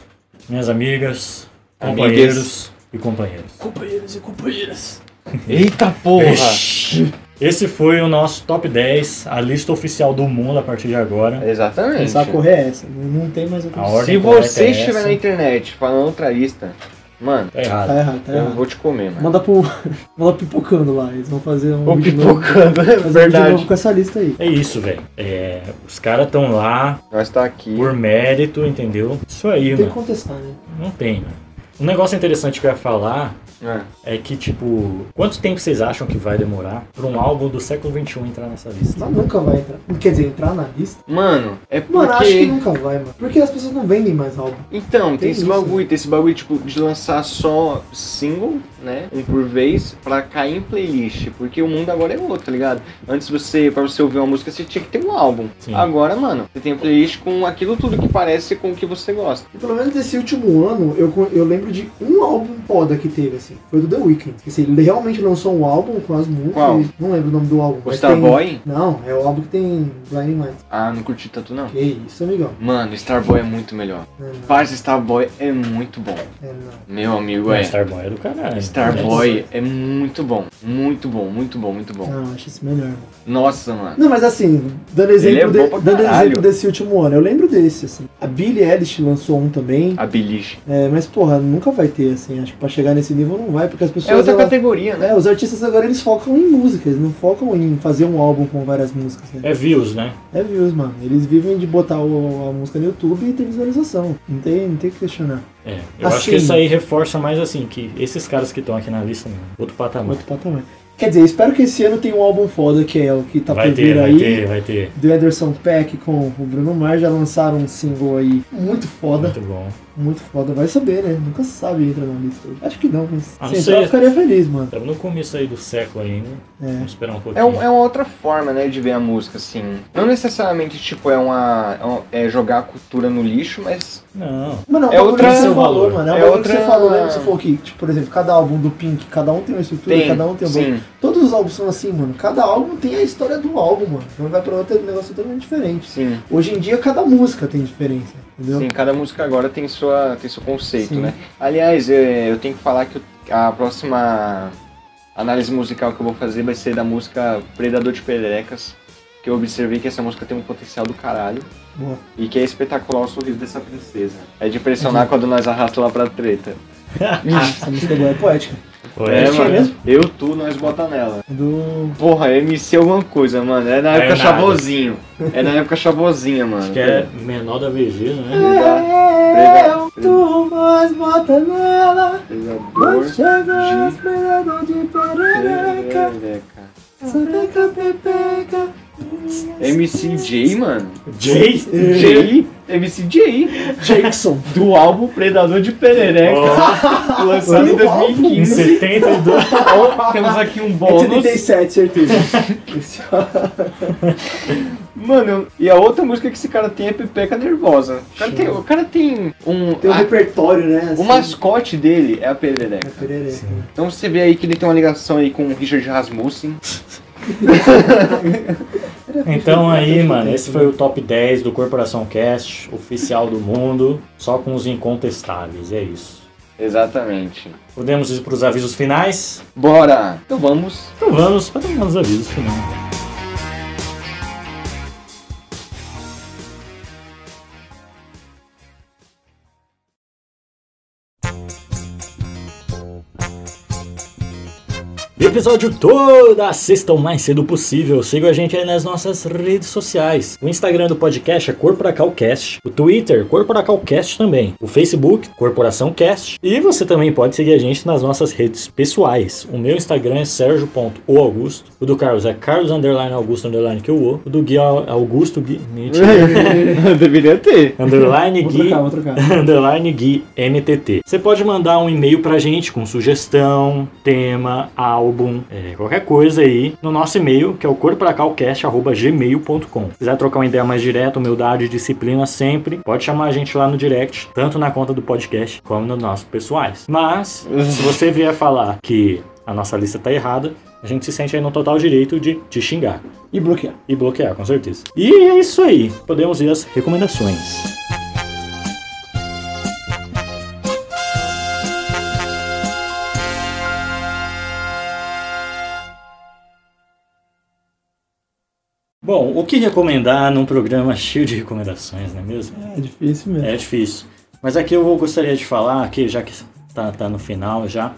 minhas amigas, Amigas. companheiros e companheiras. Companheiros e companheiras. Eita porra! Ixi. Esse foi o nosso top 10, a lista oficial do mundo a partir de agora. Exatamente. Essa correr é essa. Não não tem mais outra A ordem Se correta é você estiver essa. na internet falando outra lista, mano, Tá errado. Tá errado, tá eu errado. vou te comer, mano. Manda pro. Manda pipocando lá. Eles vão fazer um. Ô, vídeo novo- pipocando, é fazer um vídeo novo verdade. com essa lista aí. É isso, velho. É, os caras estão lá Nós tá aqui. por mérito, entendeu? Isso aí, Não tem que mano. contestar, né? Não tem, mano. Um negócio interessante que eu ia falar Ah, é que, tipo, quanto tempo vocês acham que vai demorar pra um álbum do século XXI entrar nessa lista? Mas nunca vai entrar. Quer dizer, entrar na lista? Mano, é Mano, acho que porque. nunca vai, mano. Porque as pessoas não vendem mais álbum. Então, tem, Tem esse isso. bagulho, tem esse bagulho, tipo, de lançar só single, né? Um por vez, pra cair em playlist. Porque o mundo agora é outro, tá ligado? Antes você, pra você ouvir uma música, você tinha que ter um álbum. Sim. Agora, mano, você tem a playlist com aquilo tudo que parece com o que você gosta. E pelo menos nesse último ano, eu, co- eu lembro de um álbum poda que teve, assim. Foi do The Weeknd. Assim, ele realmente lançou um álbum com as músicas. Qual? Não lembro o nome do álbum. O mas Starboy? Tem... Não, é o álbum que tem Blinding Lights. Ah, não curti tanto não. Que isso, amigão. Mano, Starboy é muito melhor. É, não. Parça, Starboy é muito bom. É, não. Meu amigo, Não, é. Starboy é do caralho. Starboy é muito bom. Muito bom, muito bom, muito bom. Não, acho isso melhor, mano. Nossa, mano. Não, mas assim, dando exemplo, é bom de- pra dando caralho. exemplo desse último ano, eu lembro desse, assim. A Billie Eilish lançou um também, A beliche. é, mas porra, nunca vai ter, assim. Acho que pra chegar nesse nível não vai, porque as pessoas. É outra elas- categoria, né? É, os artistas agora eles focam em música, eles não focam em fazer um álbum com várias músicas, né? É views, né? É views, mano. Eles vivem de botar o- a música no YouTube e ter visualização. Não tem, não tem o que questionar. É. Eu acho Assim. que isso aí reforça mais assim, que esses caras que estão aqui na lista, mano, outro patamar. Outro patamar. Quer dizer, espero que esse ano tenha um álbum foda, que é o que tá vai por ter, vir vai aí. ter, vai ter. Do Ederson Peck com o Bruno Mars já lançaram um single aí muito foda, Muito bom. muito foda. Vai saber, né? Nunca se sabe entra na lista. Acho que não, mas Ah, se não entrar sei. eu ficaria feliz, mano. Estamos no começo aí do século ainda. É. Vamos esperar um pouquinho. É, um- é uma outra forma, né, de ver a música, assim. Não necessariamente, tipo, é uma. é uma- É jogar a cultura no lixo, mas. Não. Mano, É é outra outra- que você falou, valor. mano. É É, outra que outra- você falou, lembra? que Você falou que, tipo, por exemplo, cada álbum do Pink, cada um tem uma estrutura, Tem. cada um tem um sim. Todos os álbuns são assim, mano. Cada álbum tem a história do álbum, mano. Então vai pra outro é um negócio totalmente diferente. Sim, Hoje em dia, cada música tem diferença, entendeu? sim, cada música agora tem, sua, tem seu conceito, Sim. né? Aliás, é, eu tenho que falar que a próxima análise musical que eu vou fazer vai ser da música Predador de Pererecas, que eu observei que essa música tem um potencial do caralho Boa. e que é espetacular o sorriso dessa Uhum. princesa. É de impressionar quando nós arrasta lá pra treta. Essa música agora é poética. Foi. É, Tinha mano. mesmo? Eu, tu, nós bota nela. Do. Porra, MC alguma coisa, mano. É na Aí época nada. chabozinho. É na época chabozinha, mano. Acho que é menor da VG, né? Preda- Tu mais bota nela. Predador. chega de- esperando de perereca. Perereca. Sapeca, pepeca. MC J, mano. Jay? J? MC J. Jackson. Do álbum Predador de Perereca, lançado em Do um álbum? Em 2015. 72. Ó, Temos aqui um É bônus. 87, certeza. Esse- é Mano, e a outra música que esse cara tem é Pepeca Nervosa. O cara tem, o cara tem um. Tem um a- repertório, né? o assim. mascote dele é a perereca. É perereca. Então você vê aí que ele tem uma ligação aí com o Richard Rasmussen. Então aí, mano, esse foi o top 10 do Corporação Cast, oficial do mundo, só com os incontestáveis, é isso. Exatamente. Podemos ir para os avisos finais? Bora! Então vamos. Então vamos para os avisos finais. Episódio todo, assistam o mais cedo possível. Sigam a gente aí nas nossas redes sociais. O Instagram do podcast é CorporacalCast, o Twitter, CorporacalCast também, o Facebook, Corporação Cast. E você também pode seguir a gente nas nossas redes pessoais. O meu Instagram é sergio.oaugusto, o do Carlos é carlos underline augusto underline que eu o, o do Gui é Augusto Gui, mentira, Deveria ter. underline Vou Gui trocar, vou trocar. underline Gui MTT. Você pode mandar um e-mail pra gente com sugestão, tema, álbum, é, qualquer coisa aí no nosso e-mail, que é o corporacalcast.gmail.com. Se quiser trocar uma ideia mais direta, humildade e disciplina sempre, pode chamar a gente lá no direct, tanto na conta do podcast como nos nossos pessoais. Mas, se você vier falar que a nossa lista tá errada, a gente se sente aí no total direito de te xingar E bloquear. e bloquear, com certeza. E é isso aí. Podemos ir às recomendações. Bom, o que recomendar num programa cheio de recomendações, não é mesmo? É difícil mesmo. É difícil. Mas aqui eu vou- gostaria de falar, aqui, já que tá, tá no final já,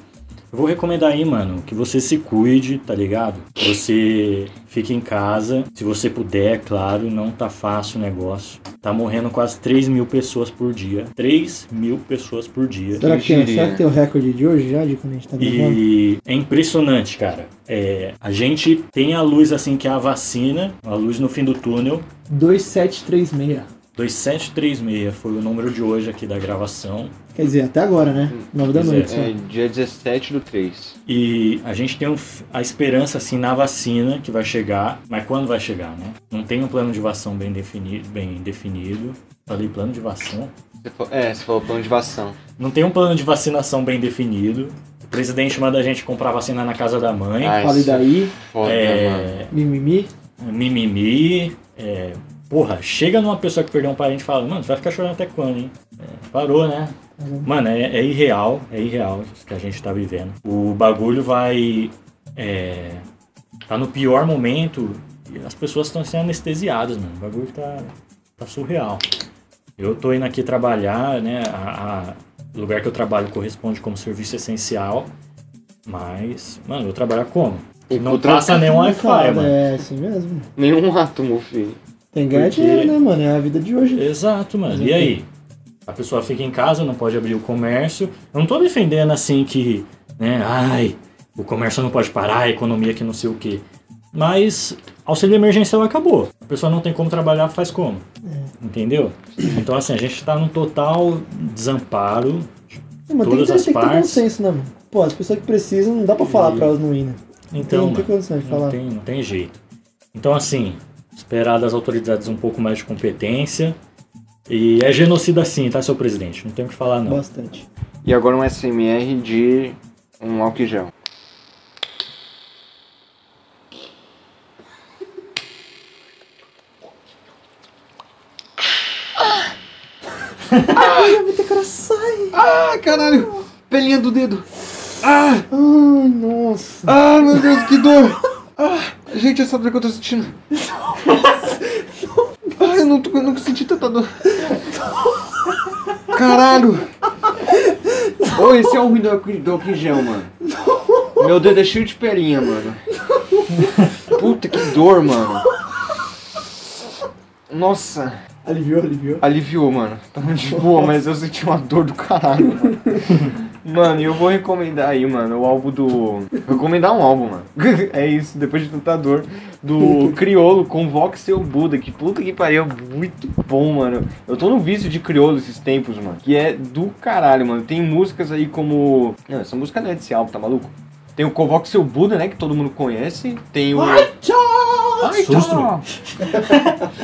eu vou recomendar aí, mano, que você se cuide, tá ligado? Você fique em casa, se você puder, claro, não tá fácil o negócio. Tá morrendo quase 3 mil pessoas por dia. 3 mil pessoas por dia. Será, que, Eu diria. será que tem o recorde de hoje já, de quando a gente tá gravando? E é impressionante, cara. É, a gente tem a luz assim que é a vacina, a luz no fim do túnel, 2736. 2736 foi o número de hoje aqui da gravação. Quer dizer, até agora, né? 9 da Pois noite. só. É, dia 17 do 3. E a gente tem um f- a esperança assim na vacina que vai chegar, mas quando vai chegar, né? Não tem um plano de vacinação bem definido, bem definido. Falei plano de vacinação. Você falou, é, você falou plano de vação. Não tem um plano de vacinação bem definido. O presidente manda a gente comprar vacina na casa da mãe. Ai, Fala e isso é daí, foda, mano. é, mimimi. mimimi. é, porra, chega numa pessoa que perdeu um parente e fala, mano, você vai ficar chorando até quando, hein? É, parou, né? Mano, é, é irreal, é irreal isso que a gente tá vivendo. O bagulho vai. É, tá no pior momento e as pessoas estão sendo anestesiadas, mano. O bagulho tá, tá surreal. Eu tô indo aqui trabalhar, né? A, a- o lugar que eu trabalho corresponde como serviço essencial. Mas, mano, eu vou trabalhar como? E Não com tra- passa nenhum um Wi-Fi, Cara, mano. É assim mesmo. Nenhum átomo, filho. Tem que ganhar Porque- dinheiro, né, mano? É a vida de hoje. Exato, mano. E aí? A pessoa fica em casa, não pode abrir o comércio. Eu não tô defendendo assim que, né, ai, o comércio não pode parar, a economia que não sei o quê. Mas auxílio emergencial acabou. A pessoa não tem como trabalhar, faz como? É. Entendeu? Então assim, a gente tá num total desamparo. Não, mas tem que Todas ter, as tem que ter partes. consenso, né, mano? Pô, as pessoas que precisam, não dá pra falar pra elas não ir, né? Então, não tem mano, condição de não falar. tem, não tem jeito. Então assim, esperar das autoridades um pouco mais de competência. E é genocida sim, tá, seu presidente? Não tem o que falar, não. Bastante. E agora um SMR de um álcool em gel. Ai, vai ter cara sai. Ah, caralho! Pelinha do dedo! Ai, nossa. Ah, meu Deus, que dor! Ah, gente, essa dor que eu tô sentindo. Ah, eu não tô, eu nunca senti tanta dor. Caralho! Ô, esse é o ruim do álcool do álcool em gel, mano. Meu dedo é cheio de pelinha, mano. Puta que dor, mano. Nossa, Aliviou, aliviou. aliviou, mano. Tava de boa, mas eu senti uma dor do caralho, mano. Mano, e eu vou recomendar aí, mano, o álbum do. Vou recomendar um álbum, mano. É isso, depois de tanta dor. Do Criolo, Convoque Seu Buda. Que puta que pariu, muito bom, mano. Eu tô no vício de Criolo esses tempos, mano. Que é do caralho, mano. Tem músicas aí como. Não, essa música não é desse álbum, tá maluco? Tem o Convoque Seu Buda, né? Que todo mundo conhece. Tem o. Ai, Susto, tchau.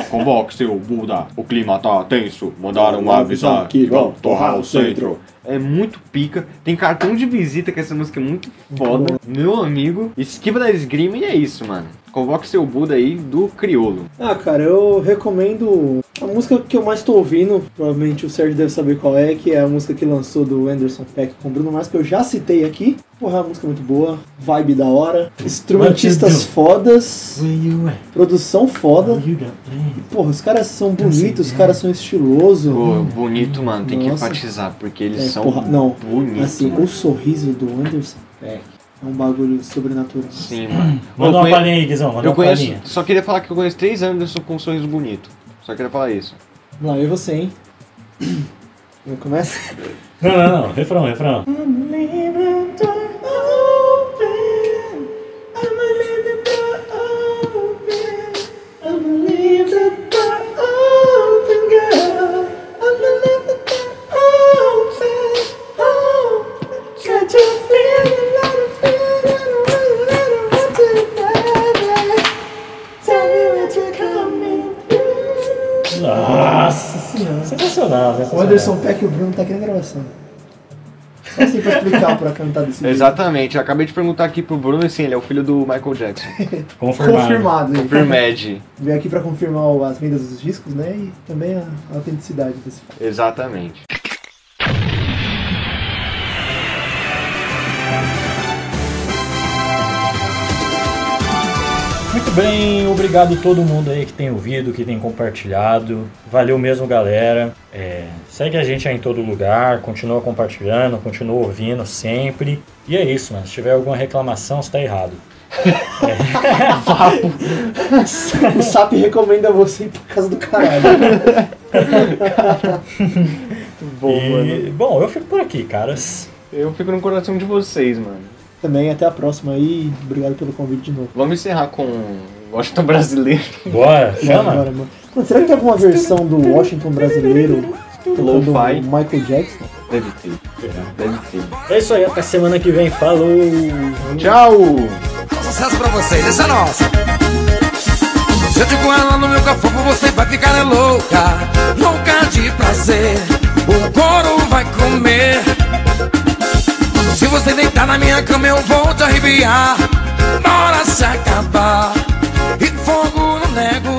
Convoque seu Buda, o clima tá tenso, mandaram avisar que vão torrar o centro. É muito pica, tem cartão de visita que essa música é muito foda. Meu amigo, esquiva da esgrima e é isso, mano. Convoque seu Buda aí do Criolo. Ah, cara, eu recomendo a música que eu mais tô ouvindo, provavelmente o Sérgio deve saber qual é, que é a música que lançou do Anderson Peck com Bruno Mars, que eu já citei aqui. Porra, é uma música muito boa, vibe da hora, instrumentistas Bandido. fodas, Will you- produção foda. will you get me? Porra, os caras são Então, assim, bonitos, os é. caras são estilosos. Pô, bonito, mano, tem que Uhum. Nossa. enfatizar, porque eles É, são porra, não. bonitos. né? Assim, mano. o sorriso do Anderson Peck é um bagulho sobrenatural. Sim, assim, mano. Manda Eu uma conhe- palhinha aí, Guizão. Manda Eu uma conheço, palhinha. só queria falar que eu conheço três Anderson com um sorriso bonito. Só queria falar isso. Lá eu e você, hein? Não começa? Não, não, não. Refrão, refrão. Nossa senhora. Sensacional, O sensacional. Anderson Peck e o Bruno tá aqui na gravação. Só assim pra explicar pra cantar desse jeito. Exatamente, eu acabei de perguntar aqui pro Bruno e sim, ele é o filho do Michael Jackson. Confirmado. Confirmado. hein? Firmed, Veio aqui pra confirmar o- as vendas dos discos, né? E também a, a autenticidade desse fato. exatamente. Muito bem, obrigado a todo mundo aí que tem ouvido, que tem compartilhado. Valeu mesmo, galera. É, segue a gente aí em todo lugar, continua compartilhando, continua ouvindo sempre. E é isso, mano. Se tiver alguma reclamação, você tá errado. O SAP recomenda você ir pra casa do caralho. Bom, e, bom, eu fico por aqui, caras. Eu fico no coração de vocês, mano. Também até a próxima aí. Obrigado pelo convite de novo. Vamos encerrar com um Washington brasileiro. Bora, chama. Bora, mano. Mano, será que tem alguma versão do Washington brasileiro tocando Lo-fi. o Michael Jackson? Deve ter, deve ter. É isso aí, até semana que vem. Falou! Tchau! Sucesso pra vocês, essa é nossa. Sente com ela no meu corpo, você vai ficar é louca, louca de prazer. O couro vai comer. Se você deitar na minha cama, eu vou te arrepiar. Na hora se acabar, e fogo no nego. é